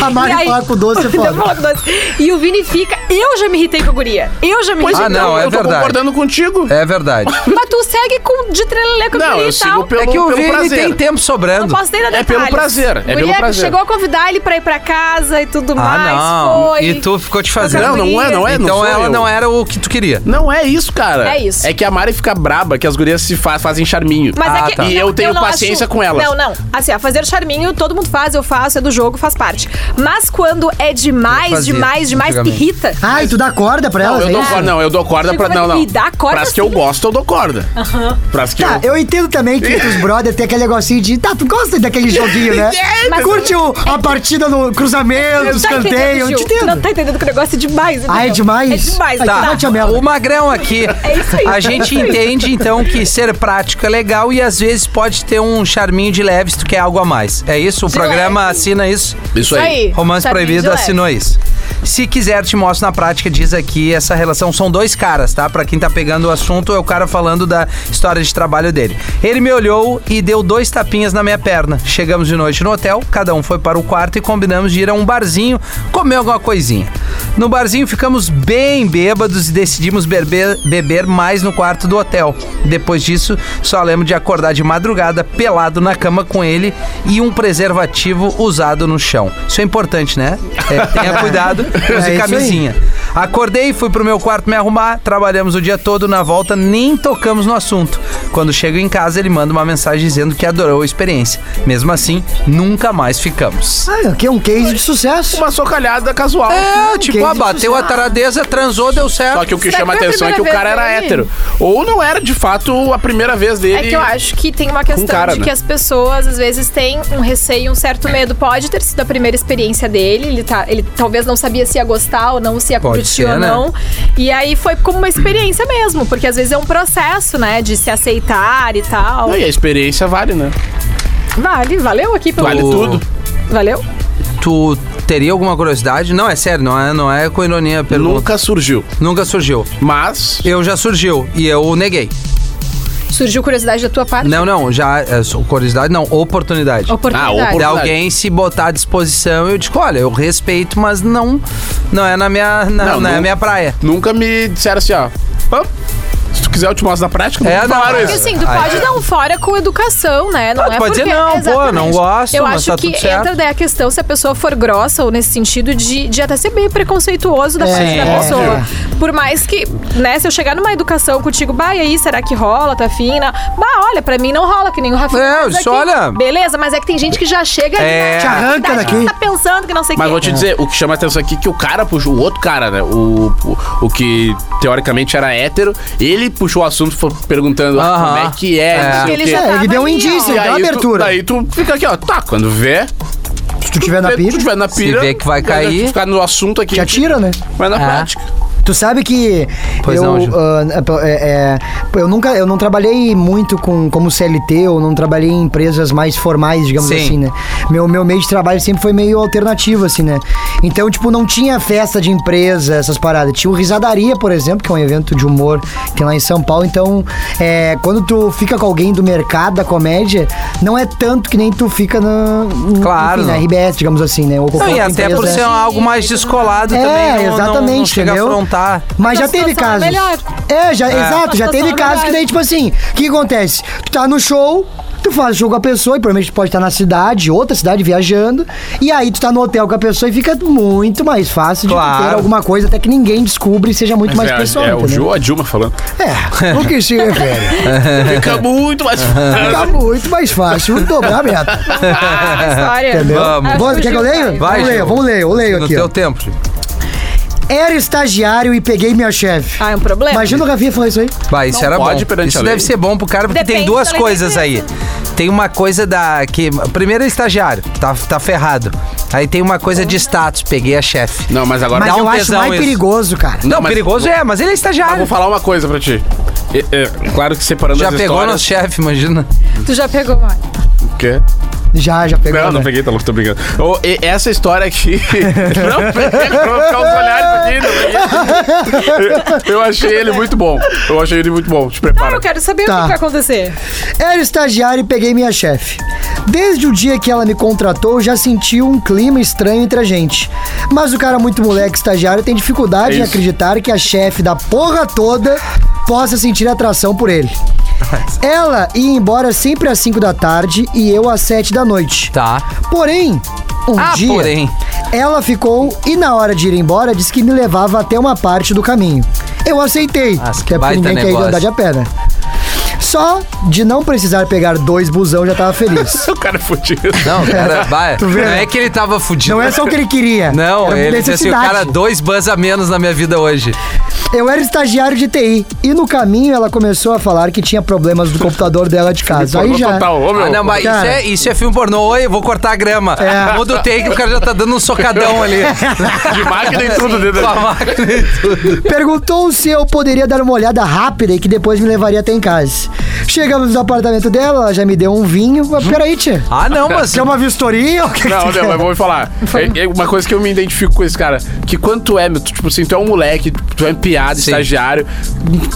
A Mari
E aí-
falar com o doce é
Dá pra
foda.
falar com doce. E o Vini fica, eu já me irritei com a guria. Eu já me
Pois
irritei.
Ah,
então,
não, é
eu tô
verdade.
concordando contigo.
É verdade.
Mas tu segue com, de trelelê com a
Não,
guria
eu
e tal.
sigo pelo,
é que o
pelo
Vini
prazer.
tem tempo
Não
sobrando.
posso nem dar
É pelo
detalhes.
prazer, é pelo
Guria
prazer.
chegou a convidar ele pra ir pra casa e tudo
Ah,
mais.
não.
Foi.
E tu ficou te
Não,
fazendo.
não é, não
não
Então
sou
ela
eu.
não era o que tu queria.
Não é isso, cara.
É isso.
É que a Mari fica braba, que as gurias se fa- fazem charminho.
Mas
Ah,
é que,
tá.
não,
E eu tenho
não
paciência
acho-
com elas.
Não, não. Assim, ó, fazer charminho, todo mundo faz, eu faço, é do jogo, faz parte. Mas quando é demais,
Eu fazia,
demais, demais,
antigamente.
irrita.
Ah, e tu dá corda pra
Não,
elas,
eu
é
dou
isso?
corda, não, eu dou corda
Tipo,
pra. Não, não.
me dá corda
Pras que eu
assim?
gosto, eu dou corda. Pras que
Tá,
eu.
eu entendo também que entre os brothers tem aquele negocinho de. Tá, tu gosta daquele joguinho, né?
É,
Mas-
Curte o- a partida no cruzamento,
Não tá
escanteio, eu te
entendendo, Gil.
entendo.
Não tá entendendo que o negócio é demais. entendeu?
Ah, é demais? Então,
É demais.
Ai,
tá.
que bate a merda.
O Magrão aqui.
É isso aí.
A gente entende, então, que ser prático é legal e às vezes pode ter um charminho de leve se tu quer algo a mais. É isso? O programa assina isso?
Isso
aí.
aí.
Romance
Sabia de
Proibido
leve.
assinou isso. Se quiser, te mostro na prática, diz aqui, essa relação são dois caras, tá? Pra quem tá pegando o assunto, é o cara falando da história de trabalho dele. Ele me olhou e deu dois tapinhas na minha perna. Chegamos de noite no hotel, cada um foi para o quarto e combinamos de ir a um barzinho comer alguma coisinha. No barzinho ficamos bem bêbados e decidimos beber, beber mais no quarto do hotel. Depois disso, só lembro de acordar de madrugada pelado na cama com ele e um preservativo usado no chão. Isso é importante, né? É, tenha cuidado, use
isso aí.
camisinha. Acordei, fui pro meu quarto me arrumar, trabalhamos o dia todo, na volta nem tocamos no assunto. Quando chego em casa, ele manda uma mensagem dizendo que adorou a experiência. Mesmo assim, nunca mais ficamos.
Ah, aqui é um case de sucesso.
Uma socalhada casual. Ah,
É, tipo,
que
Pá, bateu a taradeza, transou, deu certo.
Só que o que
Será
chama
que foi a
atenção é que o
primeira
cara era
vez
hétero.
dele?
Ou não era, de fato, a primeira vez
É
dele.
que eu acho que tem uma questão
cara,
de
né?
que as pessoas às vezes têm um receio, um certo medo. Pode ter sido a primeira experiência dele, ele, tá, ele talvez não sabia se ia gostar ou não, se ia
Pode
curtir
ser,
ou
né?
não. E aí foi como uma experiência mesmo, porque às vezes é um processo, né, de se aceitar e tal.
Não, e a experiência vale, né?
Vale, valeu aqui pelo.
Vale tudo.
Valeu?
Tu teria alguma curiosidade? Não, é sério, não é, não é com ironia a pergunta.
Nunca surgiu.
Nunca surgiu.
Mas.
Eu já surgiu e eu neguei.
Surgiu curiosidade da tua parte?
Não, não, já. é, só Curiosidade não, oportunidade.
Ah,
Oportunidade.
opor-
De alguém se botar à disposição, eu digo, olha, eu respeito, mas não, não é na minha, na,
Não,
não, é
não-
a minha praia.
Nunca me disseram assim, ó. "Pô, Se tu quiser, eu te mostro na prática.
É,
não
não,
falaram
é.
Porque
isso.
assim, tu
Ai.
pode dar um fora com educação, né? Não
Ah, tu
é
pode dizer,
porque...
não, pô,
Exatamente.
não gosto,
Eu
mas
acho
tá
que
tudo certo.
entra daí a questão se a pessoa for grossa ou nesse sentido de, de até ser meio preconceituoso da
É,
parte da
óbvio.
pessoa. Por mais que, né, se eu chegar numa educação contigo, bah, e aí, será que rola, tá fina? Bah, olha, pra mim não rola, que nem o Rafinha.
É,
fez
isso,
aqui.
olha.
Beleza, mas é que tem gente que já chega ali,
É.
né,
Te
arranca
idade,
daqui.
Tá pensando que não sei o
Mas
quê.
vou te dizer, o que chama atenção aqui é que o cara puxou, o outro cara, né? O, o, o que teoricamente era hétero, ele puxou o assunto foi perguntando ah,
Aham.
como é que é,
É.
não sei o
Ele
quê.
já
É, ele deu um
Tava ali, ó.
indício,
E
ele deu uma
aí tu-
abertura.
Daí tu fica aqui, ó. Tá, quando vê.
Se tu tiver na
vê-
pilha,
tu tiver na
Se
pira,
vê que vai
tu vai
cair.
Ficar no assunto aqui.
já tira, né?
Mas na
É.
prática.
Tu sabe que
Pois
eu,
não, Ju.
ah, é, é, eu nunca, eu não trabalhei muito com como CLT, eu não trabalhei em empresas mais formais, digamos
Sim.
assim, né? Meu meu meio de trabalho sempre foi meio alternativo assim, né? Então, tipo, não tinha festa de empresa, essas paradas. Tinha o Risadaria, por exemplo, que é um evento de humor que tem lá em São Paulo. Então, é, quando tu fica com alguém do mercado da comédia, não é tanto que nem tu fica na
Claro,
enfim, na
não.
RBS, digamos assim, né? Ou qualquer
Não, e até
outra
por
empresa.
ser algo mais descolado
É,
também. não- não-
exatamente,
não, chega
entendeu?
a afrontar.
Mas
Então
já
a
teve
situação é
casos.
melhor.
É, já, exato, já
A
teve
situação é
casos
melhor.
que daí, tipo assim, o que acontece? Tu tá no show, tu faz show com a pessoa, e provavelmente tu pode estar na cidade, outra cidade, viajando, e aí tu tá no hotel com a pessoa e fica muito mais fácil de tu ter
Claro.
alguma coisa até que ninguém descubra e seja muito mais
é,
pessoal.
é, o
entendeu?
Gil, a Dilma falando.
É, o que se refere.
É.
Fica muito mais.
Fica muito mais fácil, vou dobrar a meta.
Ah, a história.
Entendeu?
Vamos.
Acho né?
Bora,
o
quer que eu
Gil
leia?
vai.
Vai,
vamos ler,
Gil.
vamos ler, eu leio
No
aqui.
teu
Ó.
tempo, Gil.
Era estagiário e peguei minha chefe.
Ah, é um problema.
Imagina o Rafinha falar isso aí.
Vai, isso
Não
era
pode
bom.
perante
Isso
a
deve
lei.
ser bom pro cara, porque tem
Depende
duas
da
coisas aí.
empresa.
Tem uma coisa da. que Primeiro é estagiário, tá, tá ferrado. Aí tem uma coisa de status, peguei a chefe.
Não, mas agora.
Mas
Dá um
eu acho
tesão
mais
isso.
perigoso, cara.
Não,
Não, mas-
perigoso é, mas ele é
Eu vou
estagiário.
falar uma coisa pra ti. É, é, claro que separando
Já
as
pegou
histórias.
nosso chefe, imagina.
Tu já pegou, mano.
O quê?
Já, já pegou.
Não, não
né?
peguei, tá louco, tô brincando. Ô, e- essa história aqui. não peguei, vou ficar os olhares aqui. não peguei. Eu achei ele muito bom. Eu achei ele muito bom. Te
Ah,
prepara.
eu quero saber o
Tá.
que vai acontecer.
Era estagiário e peguei minha chefe. Desde o dia que ela me contratou, já senti um clima estranho entre a gente. Mas o cara muito moleque estagiário tem dificuldade
É
em
isso.
acreditar que a chefe da porra toda possa sentir atração por ele. Ela ia embora sempre às 5 da tarde e eu às 7 da noite.
Tá.
Porém, um
Ah,
dia,
porém.
ela ficou e na hora de ir embora disse que me levava até uma parte do caminho. Eu aceitei,
Nossa, que
que é porque
Ah, baita
ninguém quer ir
negócio.
andar de a pé, né? Só de não precisar pegar dois busão já tava feliz.
O cara é fudido.
Não, cara, vai.
vê,
Não
né?
é que ele tava fudido.
Não é só o que ele queria.
Não,
é
era
ele disse assim, o
necessidade.
cara, dois bans a menos na minha vida hoje.
Eu era estagiário de TI e no caminho ela começou a falar que tinha problemas do computador dela de casa. Aí
Pornô
já.
Total. Ô, meu.
Ah, não, mas isso
cara.
é, isso é filme pornô. Oi, eu vou cortar a grama.
É.
Muda o take, o cara já tá dando um socadão ali.
De máquina e tudo dentro
Com a
da-
máquina.
Perguntou se eu poderia dar uma olhada rápida e que depois me levaria até em casa. Chegamos no apartamento dela, ela já me deu um vinho. Mas Peraí, tia.
Ah, não, mas...
Quer é uma vistoria? ou o que
Não,
que tu
não,
quer?
mas vou falar. É, é uma coisa que eu me identifico com esse cara. Que quando tu é, meu, tu, tipo assim, tu é um moleque, tu é um piada,
Sim.
estagiário,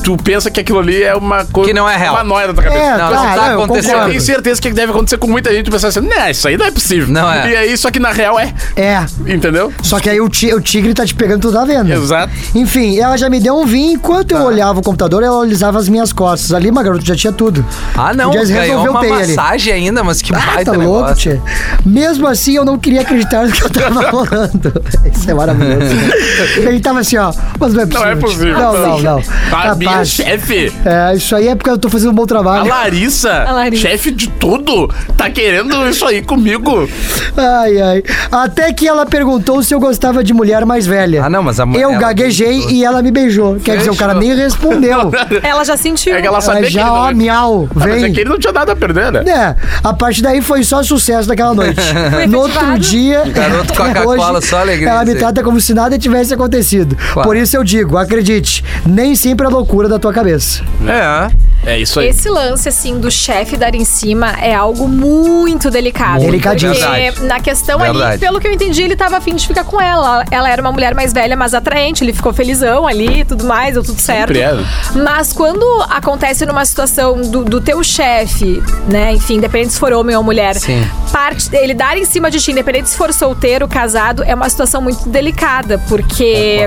tu pensa que aquilo ali é uma coisa.
Que não é real.
Uma noia da tua cabeça.
É,
Não,
tá,
não tá
não, eu
acontecendo.
Eu
concordo.
tenho certeza que deve acontecer com muita gente, tu pensa assim, né, isso aí não é possível.
Não é.
E aí, só que na real é.
É.
Entendeu?
Só que aí o, ti- o tigre tá te pegando, tu tá vendo.
Exato.
Enfim, ela já me deu um vinho. Enquanto eu olhava o computador, ela alisava as minhas costas. Ali, uma garota tu já tinha tudo.
Ah, não,
Podia
ganhou
resolver o
uma
pay ali.
massagem ainda, mas que
Ah,
baita
tá louco,
negócio.
tchê. Mesmo assim, eu não queria acreditar no que eu tava falando. Isso é maravilhoso. né? Ele tava assim, ó. Mas não é possível.
Não é
tchê.
possível.
Não, não, não.
A minha
Capaz.
chefe,
É, isso aí é porque eu tô fazendo um bom
a
trabalho.
Larissa,
A Larissa.
chefe de tudo, tá querendo isso aí comigo.
Ai, ai. Até que ela perguntou se eu gostava de mulher mais velha.
Ah, não, mas a mulher-
Eu
ela
gaguejei e ela me beijou. Quer dizer, o cara nem respondeu.
Ela já sentiu.
É que ela sabia
Ela
que ele
já,
não...
ó, miau,
Ah, mas é
vem.
que ele não tinha nada a perder, né?
É, a partir daí foi só sucesso daquela noite. no outro
efetivado.
dia.
Garoto Coca-Cola,
hoje,
só alegria
Ela me
dizer.
trata como se nada tivesse acontecido.
Claro.
Por isso eu digo, acredite, nem sempre é a loucura da tua cabeça.
É.
É isso aí.
Esse lance, assim, do chefe dar em cima é algo muito delicado.
Muito Delicadíssimo.
Porque
Verdade.
na questão ali,
Verdade.
pelo que eu entendi, ele tava afim de ficar com ela. Ela era uma mulher mais velha, mais atraente, ele ficou felizão ali e tudo mais, deu tudo certo.
Sempre é.
Mas quando acontece numa situação do, do teu chefe, né, enfim, independente se for homem ou mulher,
Sim.
parte ele dar em cima de ti, independente se for solteiro, casado, é uma situação muito delicada, porque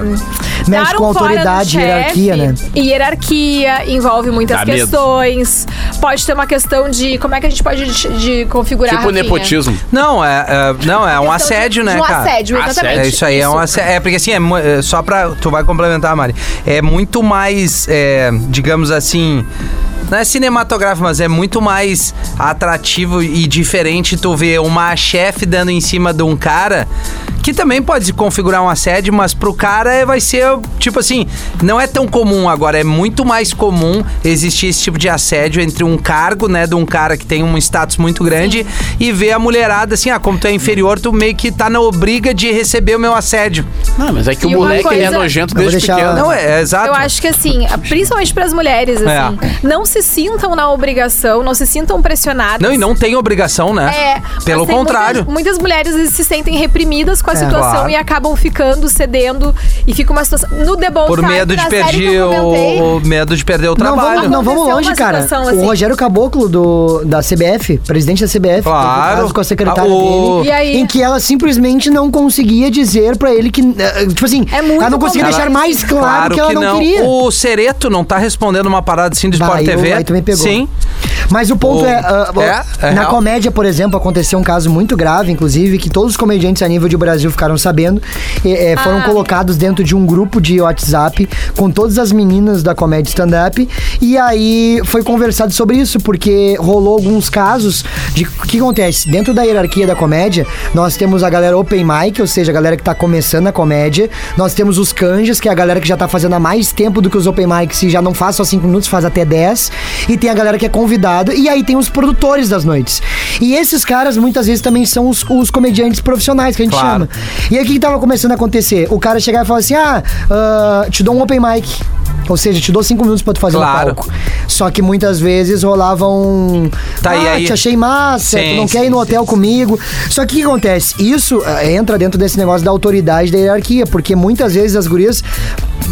Mexe
dar um
com
fora do
autoridade, hierarquia, né?
e hierarquia envolve muitas
Dá medo.
questões. Pode ter uma questão de como é que a gente pode de, de configurar.
Tipo
Rafinha?
nepotismo.
Não, é, é- não, é um
Questão
assédio,
de-
né,
de um
cara?
assédio, exatamente.
É isso aí, é um assédio. É porque assim, é, mu- é só pra. Tu vai complementar, Mari. É muito mais, é, digamos assim. Não é cinematográfico, mas é muito mais atrativo e diferente tu ver uma chefe dando em cima de um cara que também pode se configurar um assédio, mas pro cara é- vai ser tipo assim, não é tão comum agora, é muito mais comum existir esse tipo de assédio entre um cargo, né, de um cara que tem um status muito grande e ver a mulherada assim, ah, como tu é inferior, tu meio que tá na obriga de receber o meu assédio.
Não, mas é que o
E uma
moleque ele é
coisa-
nojento
Eu vou
desde
deixar
pequeno.
ela-
Não, é, é exato.
Eu acho que assim, principalmente para as mulheres,
É.
assim, não se sintam na obrigação, não se sintam pressionadas.
Não, e
assim,
não tem obrigação, né?
É,
Pelo
mas tem
contrário. É.
Muitas, muitas mulheres se sentem reprimidas com a situação
claro.
e acabam ficando, cedendo e fica uma situação. No The Bold
Por
Side,
medo de
na série que
perder
eu comentei,
o, o medo de perder o
Não
trabalho.
vamos, não vamos
Aconteceu
longe,
uma
cara.
situação assim.
O Rogério Caboclo, do, da CBF, presidente da CBF, teve um
Claro.
caso com a secretária
Ah, o-
dele,
E aí?
em que ela simplesmente não conseguia dizer pra ele que. eh, Tipo assim,
É muito
ela não conseguia
complexo.
deixar mais claro, que ela não, queria.
O Cereto não tá respondendo uma parada assim do
Bah,
Sport
aí eu-
TV.
aí também pegou.
Sim.
Mas o ponto
O-
é, ah, ah,
é, é
na
real.
comédia, por exemplo, aconteceu um caso muito grave, inclusive, que todos os comediantes a nível de Brasil ficaram sabendo, e, eh, foram colocados dentro de um grupo de WhatsApp com todas as meninas da comédia stand-up, e aí foi conversado sobre isso, porque rolou alguns casos de o que acontece dentro da hierarquia da comédia, nós temos a galera open mic, ou seja, a galera que tá começando a comédia, nós temos os canjas, que é a galera que já tá fazendo há mais tempo do que os open mics e já não faz só 5 minutos, faz até 10. E tem a galera que é convidada. E aí tem os produtores das noites. E esses caras muitas vezes também são os, os comediantes profissionais que a gente
Claro.
chama. E aí o que, que tava começando a acontecer? O cara chegava e falava assim: ah, ah, te dou um open mic. Ou seja, te dou cinco minutos pra tu fazer
Claro.
no palco. Só que muitas vezes rolava um.
Tá,
ah,
e aí?"
te achei massa,
Sim,
tu não quer
sim,
ir no
sim,
hotel comigo. Só que o que acontece? Isso ah, entra dentro desse negócio da autoridade da hierarquia, porque muitas vezes as gurias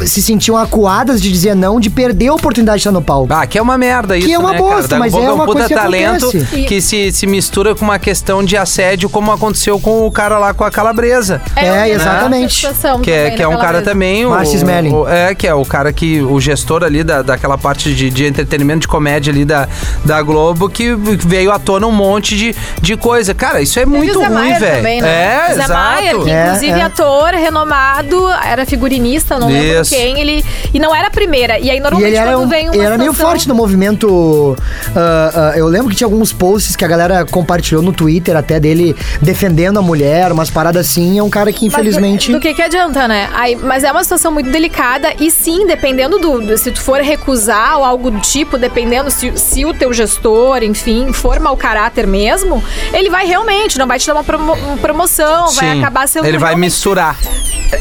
se sentiam acuadas de dizer não, de perder a oportunidade de estar no palco.
Ah, que é uma merda isso,
é uma
né, cara?
bosta,
Daqui a
mas
pouco
é
um
uma
puta
coisa que
talento
acontece.
que se, se mistura com uma questão de assédio, como aconteceu com o cara lá com a calabresa.
É,
eu lembro
exatamente.
dessa situação
Que é,
também
que é um
naquela
cara
vez.
também. o-
Márcio Smelling.
o- É, que é o cara que. O gestor ali da, daquela parte de, de entretenimento, de comédia ali da, da Globo, que veio à tona um monte de, de coisa. Cara, isso é muito
Zé
ruim,
Maier
velho.
também, né?
É,
Zé Maier,
exato.
que
É,
inclusive
é.
ator renomado, era figurinista, não lembro
Isso.
quem. Ele, e não era a primeira. E aí,
E
normalmente,
ele era,
quando
um-
vem uma
ele era meio
situação-
forte no movimento. ah, ah, eu lembro que tinha alguns posts que a galera compartilhou no Twitter até dele defendendo a mulher, umas paradas assim. É um cara que
Mas eh,
infelizmente.
Do, do que, que adianta, né? Aí, mas é uma situação muito delicada e sim, dependendo do, do- Se tu for recusar ou algo do tipo, dependendo se, se o teu gestor, enfim, for mau caráter mesmo, ele vai realmente, não vai te dar uma, promo- uma promoção, vai
Sim,
acabar sendo. um
Ele vai
realmente
misturar.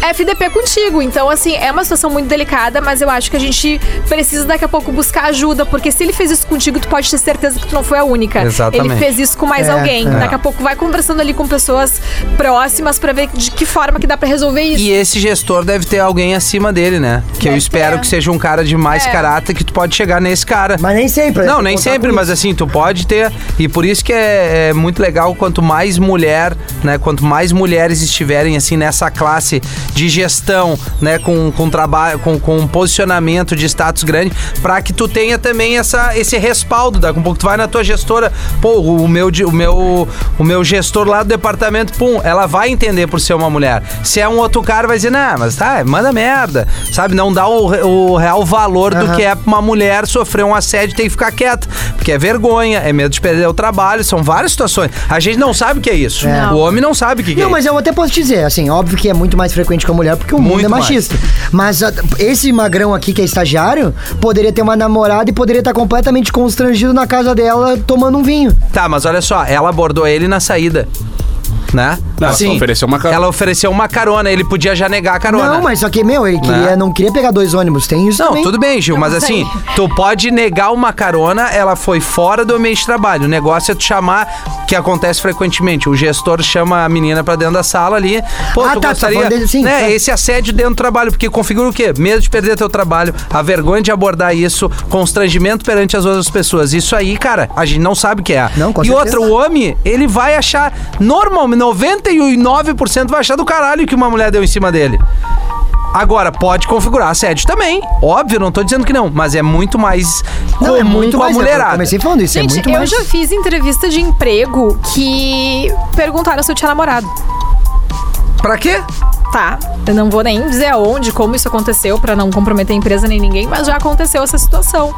FDP contigo. Então, assim, é uma situação muito delicada, mas eu acho que a gente precisa daqui a pouco buscar ajuda, porque se ele fez isso contigo, tu pode ter certeza que tu não foi a única.
Exatamente.
Ele fez isso com mais
É,
alguém.
é.
Daqui a pouco vai conversando ali com pessoas próximas pra ver de que forma que dá pra resolver isso.
E esse gestor deve ter alguém acima dele, né? Que eu
Deve
espero
ter.
que seja um cara de mais
É.
caráter que tu pode chegar nesse cara.
Mas nem sempre. né?
Não,
Tem
nem
que contar
sempre,
com
mas assim, tu pode ter. E por isso que é, é muito legal quanto mais mulher, né? Quanto mais mulheres estiverem assim nessa classe de gestão, né, com, com trabalho, com, com um posicionamento de status grande, para que tu tenha também essa, esse respaldo, daqui a pouco tu vai na tua gestora, pô, o meu, di- o meu, o meu gestor lá do departamento, pum, ela vai entender por ser uma mulher. Se é um outro cara, vai dizer, não, mas tá, manda merda, sabe? Não dá o, re- o real valor do
Aham.
que é pra uma mulher sofrer um assédio e ter que ficar quieta, porque é vergonha, é medo de perder o trabalho, são várias situações. A gente não sabe o que é isso.
Não.
O homem não sabe o que, que é
Não, mas eu até posso te dizer, assim, óbvio que é muito mais frequente com a mulher porque o mundo
Muito
é machista. Mas a- esse magrão aqui que é estagiário poderia ter uma namorada e poderia estar completamente constrangido na casa dela tomando um vinho.
Tá, mas olha só, ela abordou ele na saída. Né?
Ela só ofereceu uma carona.
Ela ofereceu uma carona, ele podia já negar a carona.
Não, mas só que, meu, ele queria, não queria pegar dois ônibus, tem isso
né? Não,
também.
tudo bem, Gil,
Não,
mas
mas
assim,
aí-
tu pode negar uma carona, ela foi fora do ambiente de trabalho. O negócio é tu chamar, que acontece frequentemente, o gestor chama a menina pra dentro da sala ali. Pô,
Ah,
tu
tá, tá
gostaria,
falando dele, sim,
né,
tá.
esse assédio dentro do trabalho, porque configura o quê? Medo de perder teu trabalho, a vergonha de abordar isso, constrangimento perante as outras pessoas. Isso aí, cara, a gente não sabe o que é.
Não, com
e
certeza.
outra, o homem, ele vai achar, normalmente, 99% vai achar do caralho que uma mulher deu em cima dele. Agora, pode configurar assédio também. Óbvio, não tô dizendo que não, mas é muito mais
Não,
comum
é muito
com a
mais.
né?
eu
mulherada.
comecei falando isso, é
Gente,
muito
eu
mais.
já fiz entrevista de emprego que perguntaram se eu tinha namorado.
Pra quê?
Tá, eu não vou nem dizer aonde, como isso aconteceu, pra não comprometer a empresa nem ninguém, mas já aconteceu essa situação.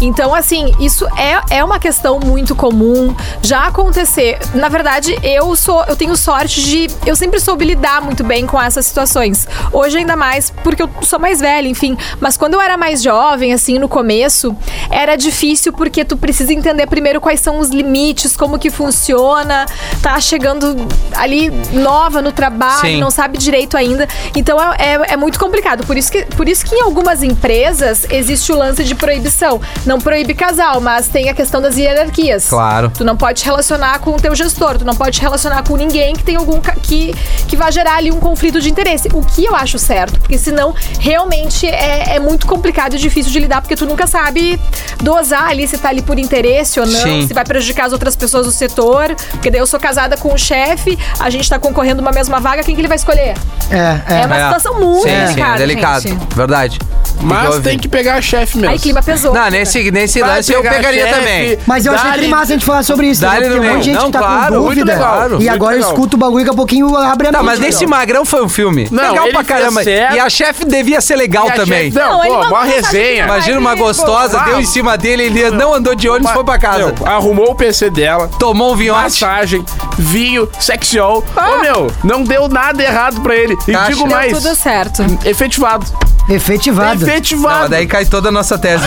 Então, assim, isso é, é uma questão muito comum já acontecer. Na verdade, eu sou, eu tenho sorte de. Eu sempre soube lidar muito bem com essas situações. Hoje, ainda mais, porque eu sou mais velha, enfim. Mas quando eu era mais jovem, assim, no começo, era difícil porque tu precisa entender primeiro quais são os limites, como que funciona, tá chegando ali nova no trabalho,
Sim.
não sabe direito ainda. Então é, é- é muito complicado. Por isso, que, por isso que em algumas empresas existe o lance de proibição. Não proíbe casal, mas tem a questão das hierarquias.
Claro.
Tu não pode te relacionar com o teu gestor, tu não pode te relacionar com ninguém que tem algum ca- que, que vai gerar ali um conflito de interesse. O que eu acho certo, porque senão realmente é, é muito complicado e difícil de lidar, porque tu nunca sabe dosar ali se tá ali por interesse ou não,
Sim.
se vai prejudicar as outras pessoas do setor. Porque daí eu sou casada com o chefe, a gente tá concorrendo uma mesma vaga, quem que ele vai escolher?
É, é.
É uma situação muito
né? sim, Sim, é
delicada,
delicado.
gente.
Verdade.
Mas
Ouvir.
tem que pegar a chefe mesmo.
Aí clima né? pesou.
Não, nesse, nesse
Vai
lance eu
pegar
pegaria
chefe.
também.
Mas eu achei
Dá-lhe-
que massa a gente falar sobre isso,
Dá-lhe no
né? Porque um monte de
meio.
gente
Não,
que tá
claro,
com
muito
dúvida.
legal,
e
muito
agora
legal.
escuta o bagulho e daqui a pouquinho abre a
Tá,
mente,
mas nesse
meu.
magrão foi um filme.
Não,
legal
ele
pra
fez
caramba.
certo.
E a chefe devia ser legal
E a
também.
chefe- Não,
Não, ele
pô,
mandou
mó
mensagem
resenha.
pra
Imagina uma
Ai, que
gostosa,
bom.
deu em cima dele, ele não andou de ônibus, foi pra casa.
Meu, arrumou o PC dela.
Tomou um vinhote.
Massagem, vinho, sexual. Ô meu, não deu nada errado pra ele. E
Ah. Caixa.
digo
Deu assim.
Deu
mais.
tudo certo.
Efetivado.
Efetivado.
Efetivado.
Não, daí cai toda a nossa tese,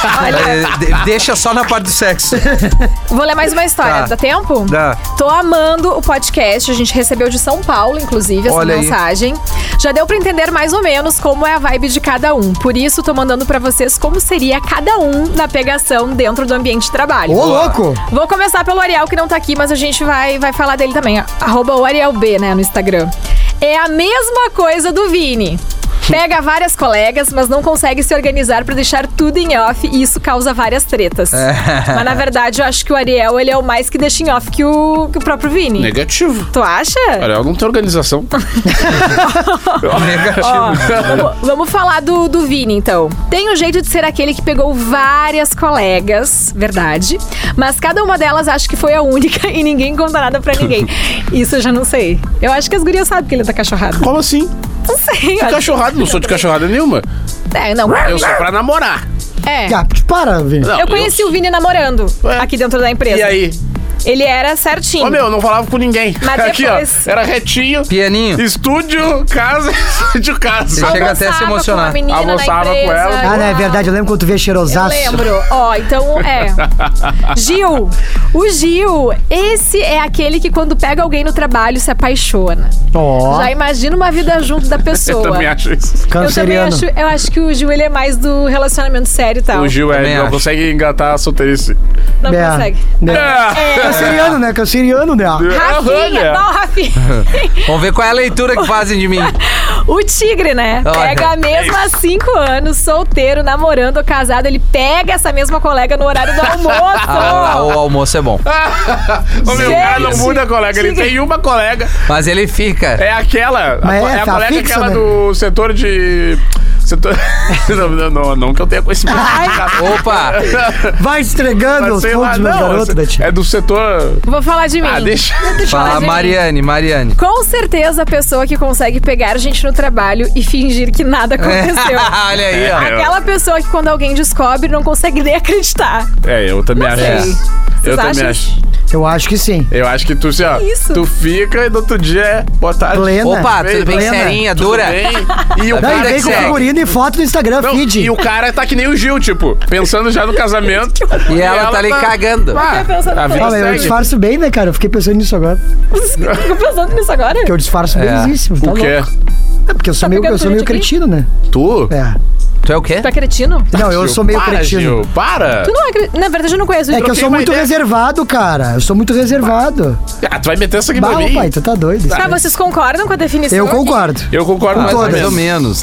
Vitor. De- Deixa só na parte do sexo.
Vou ler mais uma história.
Tá.
Dá tempo?
Dá.
Tô amando o podcast. A gente recebeu de São Paulo, inclusive, essa
Olha aí.
mensagem. Já deu pra entender mais ou menos como é a vibe de cada um. Por isso, tô mandando pra vocês como seria cada um na pegação dentro do ambiente de trabalho.
Ô, louco!
Vou começar pelo Ariel, que não tá aqui, mas a gente vai, vai falar dele também. Arroba o Ariel B, né, no Instagram. É a mesma coisa do Vini. Pega várias colegas, mas não consegue se organizar pra deixar tudo em off e isso causa várias tretas. Mas na verdade, eu acho que o Ariel, ele é o mais que deixa em off que o, que o próprio Vini.
Negativo.
Tu acha?
Olha, eu não tenho organização.
Ó, vamos- vamos falar do, do Vini, então. Tem o jeito de ser aquele que pegou várias colegas, verdade. Mas cada uma delas acha que foi a única e ninguém conta nada pra ninguém. Isso eu já não sei. Eu acho que as gurias sabem que ele tá cachorrado.
Como assim?
Não sei.
Que
olha.
cachorrada? Não sou de cachorrada nenhuma.
É, não.
Eu sou pra namorar.
É.
Ah, para, Vini.
Não,
Eu conheci um o Vini namorando
Ué.
aqui dentro da empresa.
E aí?
Ele era certinho.
Ô meu, eu não falava com ninguém.
Mas
Aqui, ó.
depois-
Era retinho.
Pianinho.
Estúdio, casa, estúdio, casa.
Você chega assim, até a se
Almoçava
emocionar.
Com uma menina na
Almoçava com
empresa,
ela.
Ah, não, é
uau.
verdade, eu lembro quando tu veio
Eu
cheirosaço.
lembro. Ó, então é. Gil. O Gil, esse é aquele que quando pega alguém no trabalho se apaixona.
Ó,
Já imagina uma vida junto da
Eu
pessoa.
também acho isso.
Eu também
canceriano.
acho, então eu acho que o Gil ele é mais do relacionamento sério e tal.
O Gil é,
Também
não
acho.
consegue engatar a solteirice.
não
É,
consegue.
é.
É.
canceriano, né? Canceriano, né?
É, Rafinha, não, Rafinha.
Vamos ver qual é a leitura que fazem de mim.
O tigre, né?
Olha. é
Pega a mesma há cinco anos, solteiro, namorando ou casado. Ele pega essa mesma colega no horário do almoço.
Ah, o almoço é bom.
Ô, meu, o cara não
Gente,
muda, colega. Ele
diga-
tem uma colega.
Mas ele fica.
É aquela. A,
Mas
co-
é,
é, a
tá
colega
fixa,
aquela
né?
do setor de. Setor. não, não, não, não que eu tenha conhecimento.
Opa!
Vai estregando
Mas
os
sei lá,
pontos, meu
não,
garoto, Betinho.
é do setor.
Vou falar de mim.
Ah, deixa.
Fala,
Fala, gente.
Mariane, Mariane.
Com certeza a pessoa que consegue pegar gente no trabalho e fingir que nada aconteceu.
Olha aí, ó.
Aquela pessoa que quando alguém descobre não consegue nem acreditar.
É, eu também acho.
sei.
isso. Eu
Vocês
também
acham?
acho.
Eu acho que sim.
Eu acho que tu, assim, ó,
Isso.
tu fica e no outro dia é boa tarde.
Plena.
Opa, tu é bem
Helena,
serinha,
tudo
dura.
bem? E o
Não, e
cara
Vida
vem
que
com
segue.
figurino e foto no Instagram,
Não,
feed.
e o cara tá que nem o Gil, tipo, pensando já no casamento.
E ela tá ali cagando.
Ah,
Tá pensando
a
no
vida
Ah, mas eu
segue.
disfarço bem, né, cara? Eu fiquei pensando nisso agora.
Ficou pensando nisso agora?
Que eu disfarço
É.
belíssimo. tá
O quê?
louco. É porque eu sou
Tá
meio, eu
pegando
sou meio
tudo de
cretino, né?
Tu?
É.
Tu é o quê?
Tu é cretino?
Não, eu
Gil,
sou meio
para,
cretino.
Gil, para!
Tu não é cretino. Na verdade, eu não conheço.
É que eu
Troquei
sou
uma
muito
ideia.
reservado, cara. Eu sou muito reservado.
Ah, tu vai meter essa aqui pra
Bah,
mim.
pai, tu tá doido.
Tá, vocês concordam com a definição?
Eu concordo.
Eu concordo mais ou
Mais ou
menos.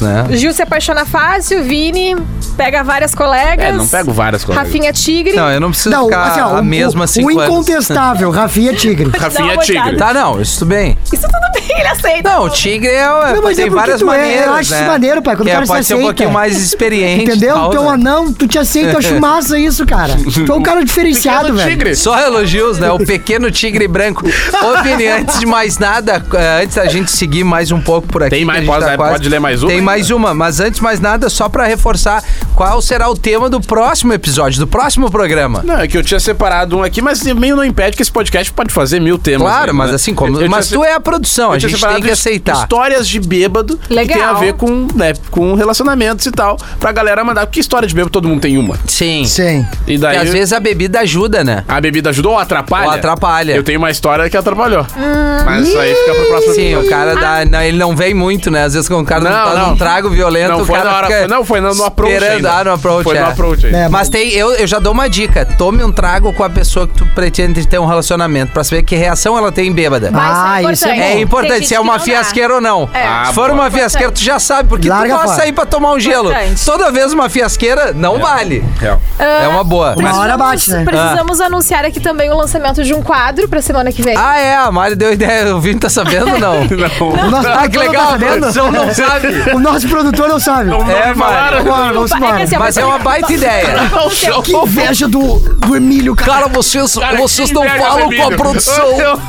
menos, né?
Gil se apaixona fácil, Vini pega várias colegas.
É, não pego várias colegas. é-
Rafinha Tigre.
Não, eu não preciso
Não,
ficar
assim, ó,
a
o-
mesma
o,
cinco
o
anos.
incontestável, Rafinha é Tigre.
Rafinha
Dá uma
Tigre.
olhada.
Tá, não, isso tudo bem.
Isso tudo bem, ele aceita.
Não, o tigre é,
mas é
tem
porque
várias
tu é, eu
maneiras,
acho
né?
isso maneiro, pai, quando
Que
o cara se
pode ser um
aceita.
pouquente mais experiente.
Entendeu?
tal,
Então,
né?
anão, tu te aceita, eu acho massa isso, cara. Tu é um cara diferenciado,
Pequeno
velho.
Tigre.
Só elogios, né? O pequeno tigre branco. Ô, Vini, antes de mais nada, eh, antes da gente seguir mais um pouco por aqui.
Tem mais,
que a gente
pode- pode ler mais uma
Tem
ainda?
mais uma, mas antes de mais nada, só pra reforçar qual será o tema do próximo episódio, do próximo programa.
Não, é que eu tinha separado um aqui, mas meio não impede que esse podcast pode fazer mil temas.
Claro,
né?
mas assim como.
Eu- eu
mas
tinha
tu
se-
é a produção,
eu
a
tinha
gente tem
separado
que
his-
aceitar.
Histórias de bêbado que
Legal.
tem a ver com, né, com relacionamentos e tal. Pra galera mandar. Porque história de bêbado todo mundo tem uma.
Sim.
Sim.
E
E
daí.
às vezes a bebida ajuda, né?
A bebida ajudou ou atrapalha?
Ou atrapalha.
Eu tenho uma história que atrapalhou.
Ah.
Mas isso aí fica pro próximo
Sim,
episódio.
o cara dá. não, ele não vem muito, né? Às vezes quando o cara não,
Ah. Não,
tá
não.
num trago violento,
Não,
o
foi
cara
na hora.
fica
foi- não, foi no, no approach.
esperando.
ainda.
Ah, no approach,
Foi
é.
no approach. ainda.
É,
Mas tem, eu, eu já dou uma dica. Tome um trago com a pessoa que tu pretende ter um relacionamento pra saber que reação ela tem bêbada.
Mas
Ah, isso é bom.
É
Tem
importante
gente
se é
que
uma
não dá.
fiasqueira ou não.
É.
Ah,
se for uma
boa.
fiasqueira, tu já sabe, porque
Larga
tu gosta
fora.
sair pra tomar um gelo.
Importante.
Toda vez uma fiasqueira, não vale.
Real.
É uma boa.
Ah,
Uma hora bate, né?
Precisamos anunciar aqui também o lançamento de um quadro pra semana que vem.
Ah, é, a Mari deu ideia. O Vini tá sabendo ou não?
Não.
O nosso
Ah, que
produtor
legal, a
não tá
produção
sabendo.
não sabe.
O nosso produtor não sabe.
Não,
É,
não falaram.
Bora, vamos
Desculpa,
embora.
que assim, ó,
Mas é uma baita ideia.
Não, show.
Que inveja do, do Emílio, cara.
Cara, vocês,
Cara,
vocês
que
não
inveja do
falam com a
Emílio.
produção.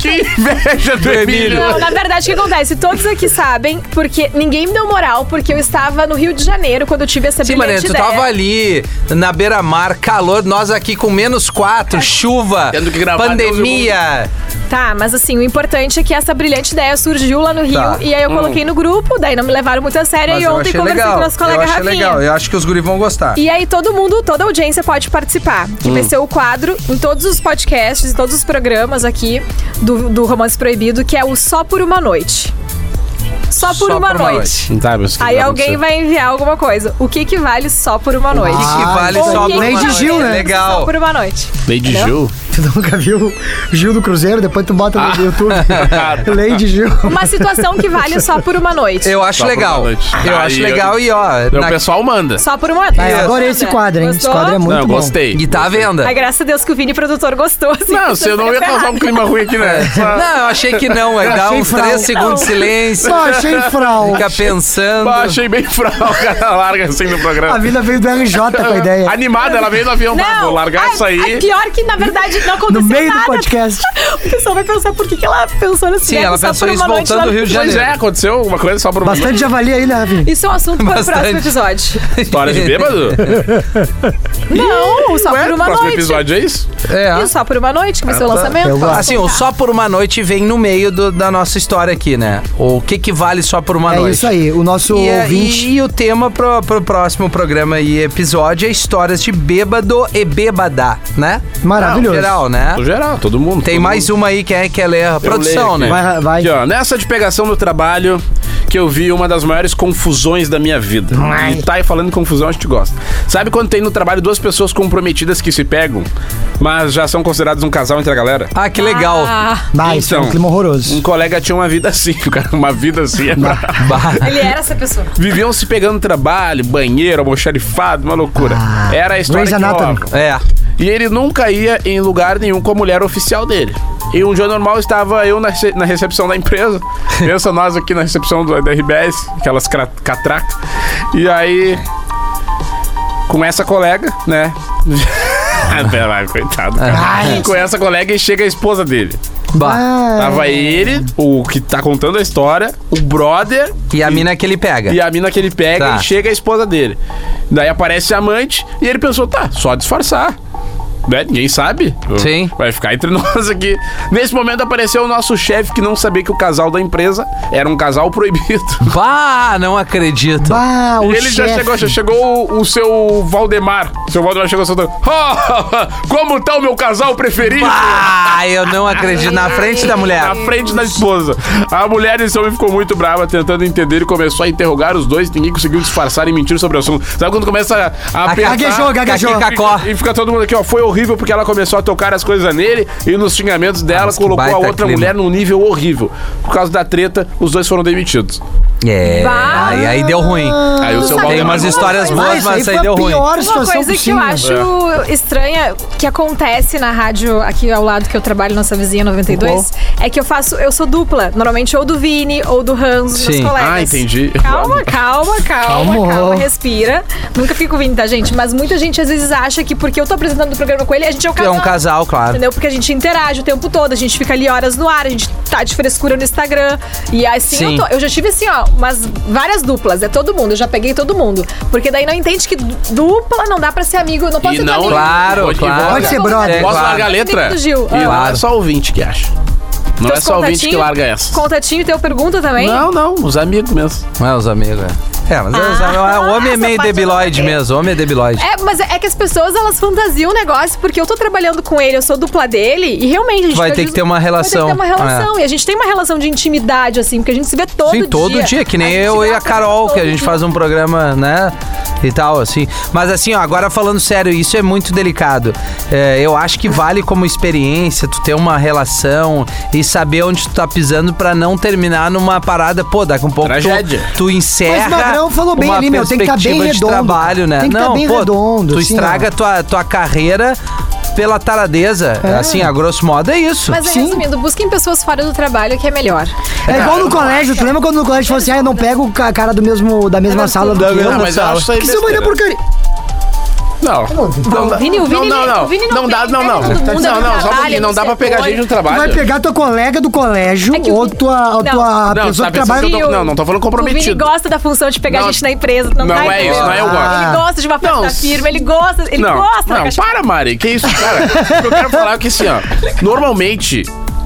que inveja do Emílio.
Não, na verdade, o que acontece? Todos aqui sabem, porque ninguém me deu moral, porque eu estava no Rio de Janeiro quando eu tive essa
Sim, Maria,
brilhante
tu
ideia.
tava ali na beira-mar, calor, nós aqui com menos
É.
quatro, chuva,
Tendo que gravar
pandemia.
Tá, mas assim, o importante é que essa brilhante ideia surgiu lá no Rio,
Tá.
e aí eu coloquei no grupo, daí não me levaram muito a sério,
Mas
e ontem conversei com o nosso colega
eu achei
Rafinha.
legal, eu acho que os guris vão gostar.
E aí todo mundo, toda a audiência pode participar. Que
Hum.
vai ser o quadro em todos os podcasts, em todos os programas aqui do, do Romance Proibido, que é o Só por Uma Noite. Só por,
Só
uma,
por uma
noite.
noite.
Não sabe, isso que tá
Aí
vai
alguém
acontecer.
vai enviar alguma coisa. O que que vale só por uma noite?
O que, que
Ah,
vale
Ou
só
o
por
que
uma
que
Lady
vale
Gil, né?
Só
Legal.
por uma noite.
Lady Gil.
Tu nunca viu o Gil do Cruzeiro? Depois tu bota
Ah.
no YouTube. Lady Gil.
Uma situação que vale só por uma noite.
Eu acho
Só por
legal.
uma Tá, noite.
Eu
Aí
acho
eu-
legal e ó.
Então,
na-
O pessoal manda.
Só por uma noite.
Ah,
é.
eu adorei esse
Gostou?
quadro, hein? Esse
Gostou?
quadro é muito
Não, eu
bom.
gostei.
E tá à venda.
Ai, graças a Deus que o Vini produtor gostou. assim,
Não, você não ia
seria
causar
ferrado.
um clima ruim aqui, né? Só-
É, Não, eu achei que não. Aí dá
Achei
uns
frau.
três segundos de silêncio.
Só achei fral.
Fica pensando.
Bah, achei bem fral, cara. Larga assim no programa.
A vida é veio do RJ com a ideia.
Animada, ela veio no avião. Bah,
Não,
vou largar
Ai,
isso aí.
ai, pior que, na verdade, não aconteceu
No meio do
nada.
podcast.
O pessoal vai pensar por que, que ela pensou nesse
Sim, ela pensou isso voltando do Rio de
Pois
Janeiro.
é, aconteceu alguma coisa só por uma
Bastante javali aí, né, Rafinha?
Isso é um assunto para o
Bastante.
próximo episódio.
história de bêbado?
Não, só
Ué,
por uma
próximo
noite.
episódio é isso?
É.
E só por uma noite que vai ser o lançamento.
Eu gosto.
Assim,
tá.
o só por uma noite vem no meio do- da nossa história aqui, né? O que que vale só por uma
É
noite?
isso aí. O nosso
E, é-
ouvinte.
e- e o tema pro, pro próximo programa e episódio é histórias de bêbado e bêbada, né?
Maravilhoso.
Geral, né?
No geral, todo mundo.
Tem
todo
mais uma aí, quem é que ela é? A
leio
Produção,
aqui.
né?
Vai, vai.
Aqui, ó, nessa de pegação no trabalho, que eu vi uma das maiores confusões da minha vida. E tá aí falando em confusão, a gente gosta. Sabe quando tem no trabalho duas pessoas comprometidas que se pegam, mas já são consideradas um casal entre a galera?
Ah, que legal.
Ah,
Bah, isso é um
Então.
clima horroroso.
Um colega tinha uma vida assim, o cara, uma vida assim.
Bah.
ele era essa pessoa.
Viviam se pegando no trabalho, banheiro, almoxarifado, uma loucura.
Ah,
Era a história
Grey's
que
Anatomy.
rolava.
É.
E ele nunca ia em lugar nenhum com a mulher oficial dele. E um dia normal estava eu na, rece- na recepção da empresa. Pensa nós aqui na recepção do, da RBS, aquelas cra- catracas. E aí. Com essa colega, né? Ah, pera lá, Coitado, cara.
Ai.
Com essa colega e chega a esposa dele.
Bah.
Ah,
Tava ele, o que tá contando a história, o brother
E a mina que ele pega.
e a mina que ele pega
Tá.
e chega a esposa dele. Daí aparece a amante e ele pensou, tá, só disfarçar. Né? Ninguém sabe.
Sim.
Vai ficar entre nós aqui. Nesse momento apareceu o nosso chefe que não sabia que o casal da empresa era um casal proibido.
Bah, não acredito.
bah, Ah, o
ele já
chefe.
chegou, já chegou o, o seu Valdemar. O seu Valdemar chegou soltando. "Oh, como tá o meu casal preferido?
Ah, eu não acredito. Na frente da mulher.
É, Na frente da esposa. A mulher desse homem ficou muito brava, tentando entender e começou a interrogar os dois. Ninguém conseguiu disfarçar e mentir sobre o assunto. Sabe quando começa a apertar?
gaguejou, gaguejou.
Caqui, cacó.
E fica todo mundo aqui, ó. Foi horrível porque ela começou a tocar as coisas nele e nos xingamentos dela
Ah, mas que
colocou a
baita
outra
clima.
mulher num nível horrível. Por causa da treta, os dois foram demitidos.
É.
Bah.
Aí, aí deu ruim.
Aí o seu
sabe
Tem
Valdemar-
umas histórias
Ah,
boas,
isso aí
mas
foi um
aí deu
a
ruim.
pior
Uma
situação
coisa que eu
possível.
acho estranha que acontece na rádio aqui ao lado que eu trabalho, nossa vizinha 92, é que eu faço, eu sou dupla, normalmente ou do Vini ou do Hans, meus
Sim.
colegas.
Ah, entendi.
Calma, calma, calma,
Calma.
calma, respira. Nunca fico vindo, tá, gente? Mas muita gente às vezes acha que porque eu tô apresentando o programa com ele, a gente é um
É
casal.
um casal, claro.
Entendeu? Porque a gente interage o tempo todo, a gente fica ali horas no ar, a gente tá de frescura no Instagram. E assim,
Sim.
eu, tô- eu já tive assim, ó, umas várias duplas, é todo mundo, eu já peguei todo mundo. Porque daí não entende que du- dupla não dá pra ser amigo, não pode
E
ser
não-
amigo.
Claro,
Pode-
claro.
pode ser brother.
É,
Posso
claro.
largar a letra?
Amigo do Gil.
E
Ah.
não é
Claro.
só ouvinte que acha. Não é
Teus
só ouvinte que
contatinho-
larga essa.
Contatinho teu pergunta também?
Não, não, os amigos mesmo.
Não é os amigos, é. É, mas é os
Ah,
amigos- o homem é meio
essa parte eu não
debilóide
peguei.
mesmo. O homem é debilóide.
É, mas é é que as pessoas, elas fantasiam o negócio, porque eu tô trabalhando com ele, eu sou dupla dele, e realmente a gente
Vai
fica
ter que
junto-
ter uma relação. É.
Vai ter que ter uma relação. E a gente tem uma relação de intimidade, assim, porque a gente se vê todo
Sim,
dia.
todo dia. que
A
nem
gente
eu e a
grava
Carol, que a
todo
gente
dia.
faz um programa, né? E tal, assim. Mas assim, ó, agora falando sério, isso é muito delicado. É, eu acho que vale como experiência tu ter uma relação e saber onde tu tá pisando pra não terminar numa parada, pô, daqui a um pouco
Tragédia.
tu, tu encerra.
Mas Magrão falou bem
uma
ali, meu, tem que tá bem
perspectiva de
redondo.
trabalho, né?
Tem que tá
não,
bem
pô,
redondo,
tu
assim,
estraga
ó.
tua, tua carreira pela taradeza.
É.
Assim, a grosso modo é isso.
Mas aí,
Sim.
resumindo, busquem pessoas fora do trabalho que é melhor.
É igual no colégio, tu lembra quando no colégio falou assim, ah, eu não pego o ca- cara do mesmo, da mesma sala do
Não,
que eu?
mas eu acho isso aí
Que isso vai dar
besteira.
porcaria.
Não. Não, dá-
Vini, o Vini-
não, não,
o Vini não
não. Não dá,
pega
não, não.
todo mundo, é ele
Não, não, só um
trabalha,
pouquinho. Não
ele
dá pra
se
pegar
apoia.
gente no
Tu
trabalho.
vai pegar tua colega do colégio
É que o
ou
Vini-
tua, ou
Não.
tua pessoa
Não, tá
que
pensando
trabalha...
que eu tô- não, não tô falando
O Vini
comprometido.
gosta da função de pegar
Não.
a gente na empresa. Não,
Não
dá
é
ideia.
isso, não é eu gosto.
Ele gosta de uma festa
Não.
firme, ele gosta, ele
não,
gosta da
não,
cachorra.
para, Mari. Que isso, cara? o que eu quero falar é que assim, ó. Normalmente,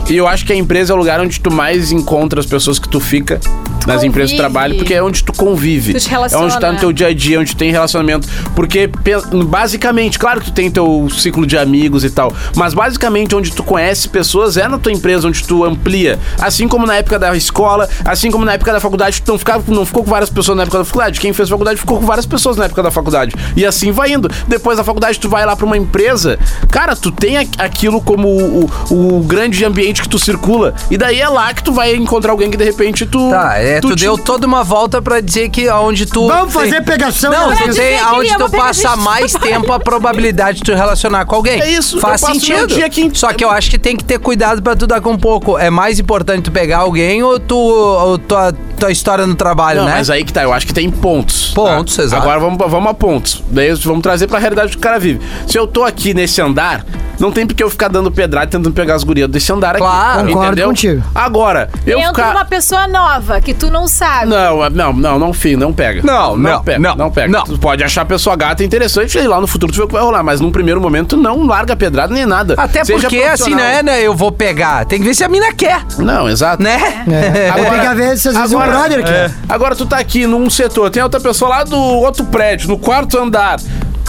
e eu acho que a empresa é o lugar onde tu mais encontra as pessoas que tu fica nas
convive.
empresas de trabalho, porque é onde tu convive.
Tu te
é
relaciona.
onde tá no teu dia a dia, onde tem relacionamento. Porque, pe- basicamente, claro que tu tem teu ciclo de amigos e tal, mas basicamente onde tu conhece pessoas é na tua empresa, onde tu amplia. Assim como na época da escola, assim como na época da faculdade, tu não, ficava, não ficou com várias pessoas na época da faculdade. Quem fez faculdade ficou com várias pessoas na época da faculdade. E assim vai indo. Depois da faculdade, tu vai lá pra uma empresa, cara, tu tem a- aquilo como o, o- o grande ambiente que tu circula. E daí é lá que tu vai encontrar alguém que de repente tu.
Tá, é, tu,
te-
deu toda uma volta pra dizer que aonde tu.
Vamos fazer pegação,
Não,
né?
tu
Pra dizer
tem
que
aonde
ele
tu
ama pegar
passa
gente no
mais tempo a probabilidade de tu relacionar com alguém.
É isso,
Faz
eu passo meu
sentido.
dia aqui em-
Só que eu acho que tem que ter cuidado pra tu dar com pouco. É mais importante tu pegar alguém ou tu ou tua, tua história no trabalho,
Não,
né?
mas aí que tá, eu acho que tem pontos.
Pontos,
tá?
exato.
Agora vamos, vamos a pontos. Daí vamos trazer pra realidade que o cara vive. Se eu tô aqui nesse andar, não tem porque eu ficar dando pedrada e tentando pegar as gurias desse andar aqui.
Claro.
Concordo
entendeu?
contigo.
Agora, eu
Entra
ficar.
uma pessoa nova que tu não sabe.
Não, não, não, não, filho, não pega.
Não, não,
pega,
não,
não pega.
não.
Tu pode achar a pessoa gata interessante e lá no futuro tu vê o que vai rolar, mas num primeiro momento não larga pedrada nem nada.
Até
Seja
porque, assim, não
profissional.
é, né? Eu vou pegar. Tem que ver se a mina quer,
Não, exato.
né?
É.
Agora-
tem que haver, às vezes, um
agora-
é.
brother aqui.
Agora tu tá aqui num setor, tem outra pessoa lá do outro prédio, no quarto andar.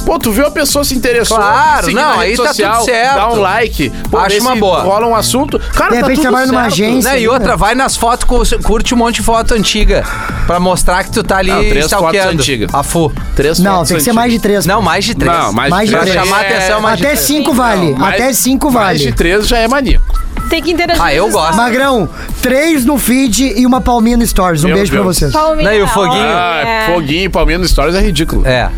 Pô, tu viu a pessoa se interessou.
Claro,
seguir na
não, aí
rede
tá tudo
social,
certo.
Dá um like. Pô,
Acho
vê
uma
se
boa.
Rola um assunto. Cara,
De
tá
repente
tudo
trabalha numa
certo.
agência.
Né, e
ali, né?
é.
outra, vai nas fotos, cu- curte um monte de foto antiga. Pra mostrar que tu tá ali
Não, Ah, três fotos
stalkeando.
antigas.
A fu.
Três
Não,
fotos
tem que ser
antigas.
mais de três.
Não, mais de três.
Não, mais,
Mais de
de
pra
três.
três.
chamar atenção, mais de
Até
três.
cinco vale.
Mais-
até cinco
Mais de
vale.
três já é maníaco.
Tem que interagir.
Ah, eu
nos
gosto.
stories.
Magrão, três no feed e uma palminha no stories. Um
Meu
beijo pra
Deus.
vocês.
Palminha,
Não, e o foguinho?
Ah,
olha.
foguinho, palminha no Stories é ridículo.
É.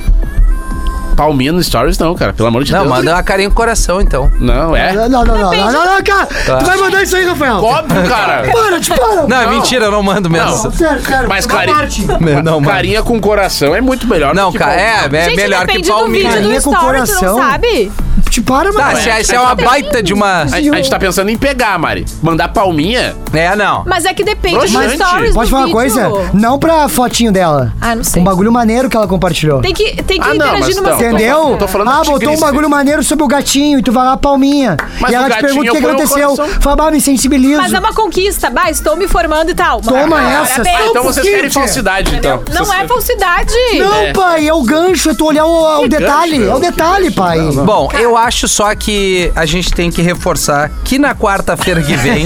Palminha no Stories não, cara. Pelo amor de
Não,
Deus.
manda uma carinha com coração, então.
Não, é.
Não, não, não, não, não, não, não, cara. Tu vai mandar isso aí, Rafael.
Óbvio, cara.
Para, te para.
Não, é mentira, eu não mando mesmo.
Não.
Sério, sério.
Mas,
Uma
cara,
parte.
Não, mano.
Carinha com coração é muito melhor.
Não,
do que
cara, é,
palminha.
é
Gente,
melhor que
depende do
palminha.
vídeo do
é
Carinha com
story, tu não
coração.
sabe?
Te para, mano.
Tá, se é, se é uma baita de uma.
A, a gente tá pensando em pegar, Mari. Mandar palminha.
É, não.
Mas é que depende
Mas-
do stories
Pode
do
falar uma
vídeo.
coisa? Não pra fotinho dela.
Ah, não sei.
Um bagulho maneiro que ela compartilhou.
Tem que, tem que
Ah, não, mas
interagir numa
não.
situação.
Entendeu?
Eu tô falando
ah,
de
botou um
Cristo.
bagulho maneiro sobre o gatinho e tu vai lá, palminha.
Mas
e ela
o
te
gatinho
pergunta o que
foi o
aconteceu.
coração.
Fala, "Ah, me sensibilizo.
Mas é uma conquista, bah, estou me formando e tal.
Toma
Ah,
essa,
parabéns.
só um
Então vocês querem
pouquinho,
falsidade, então.
Não
Vocês-
é falsidade.
Não,
É.
pai, é o gancho, é tu olhar o, o detalhe.
gancho,
é o
que
detalhe,
gancho,
pai.
não, não.
Bom, eu acho só que a gente tem que reforçar que na quarta-feira que vem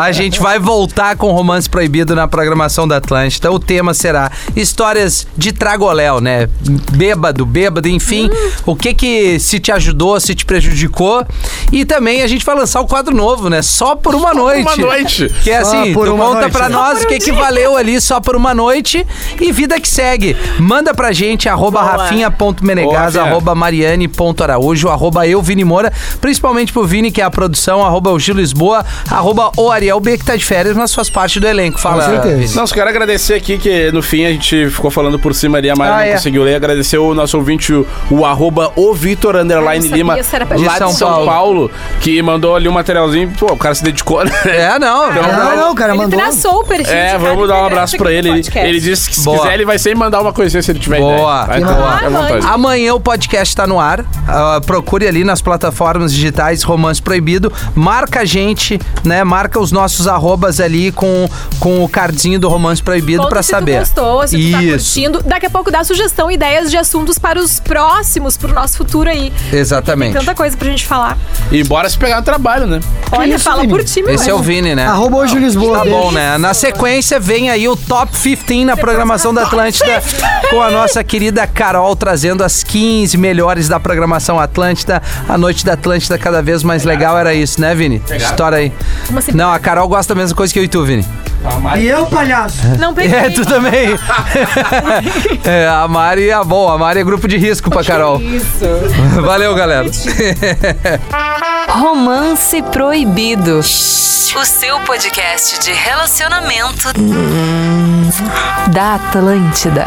a gente vai voltar com Romance Proibido na programação da Atlântida. O tema será histórias de tragoléu, né? Bêbado, bêbado, enfim. O que que se te ajudou, se te prejudicou. E também a gente vai lançar o quadro novo, né? Só por uma noite.
uma noite.
Que é
Só
assim,
por
tu
uma
conta
noite.
pra
Só
nós o que que valeu ali só por uma noite e vida que segue. Manda pra gente, arroba rafinha.menegas,
Boa, Rafinha.
arroba arroba mariane.araújo, arroba eu, Vini Moura, principalmente pro Vini, que é a produção, arroba o Gil Lisboa, arroba o Ariel B, que tá de férias, mas faz parte do elenco. Fala,
Com certeza.
Vini.
Não, só quero agradecer aqui que no fim a gente ficou falando por cima ali, a Mari
Ah,
não
é.
conseguiu ler. Agradecer o nosso ouvinte, o, o arroba o Vitor Underline
Ah, Eu não sabia
Lima,
se era pra-
lá de São, Paulo. que mandou ali um materialzinho. Pô, o cara se dedicou, né?
É, não.
Não, Ah, não, não, cara,
Ele
mandou.
traçou o perfil de
É,
cada
vamos dar um
integrante
abraço pra
aqui do
ele. Ele,
podcast.
ele disse que se
Boa.
quiser ele vai sempre mandar uma coisinha se ele tiver
Boa,
ideia.
boa.
Vai, fica à
Ah,
vontade.
mãe.
Amanhã o podcast está no ar. Ah, procure ali nas plataformas digitais Romance Proibido. Marca a gente, né? Marca os nossos arrobas ali com, com o cardzinho do Romance Proibido
Conta
pra
se
saber.
Tu gostou, se tu tá
Isso,
curtindo. Daqui a pouco dá sugestão, ideias de assuntos para os próximos, pro nosso futuro aí.
exatamente.
Tanta coisa pra gente falar.
E bora se pegar no trabalho, né?
Olha,
isso,
fala
Vini?
por ti, meu
Esse é o
anjo.
Vini, né?
Arroba hoje o Lisboa.
Tá
beijo.
bom, né? Na sequência vem aí o Top 15 na programação da Atlântida com a nossa querida Carol trazendo as 15 melhores da programação Atlântida. A noite da Atlântida cada vez mais legal era isso, né, Vini? História aí.
Como assim?
Não, a Carol gosta da mesma coisa que eu e tu, Vini.
E eu, palhaço?
Não peguei.
É, tu também. É, a Mari, a bom, a Mari é grupo de risco pra Carol. Isso. Valeu, galera.
Romance Proibido. O seu podcast de relacionamento da Atlântida.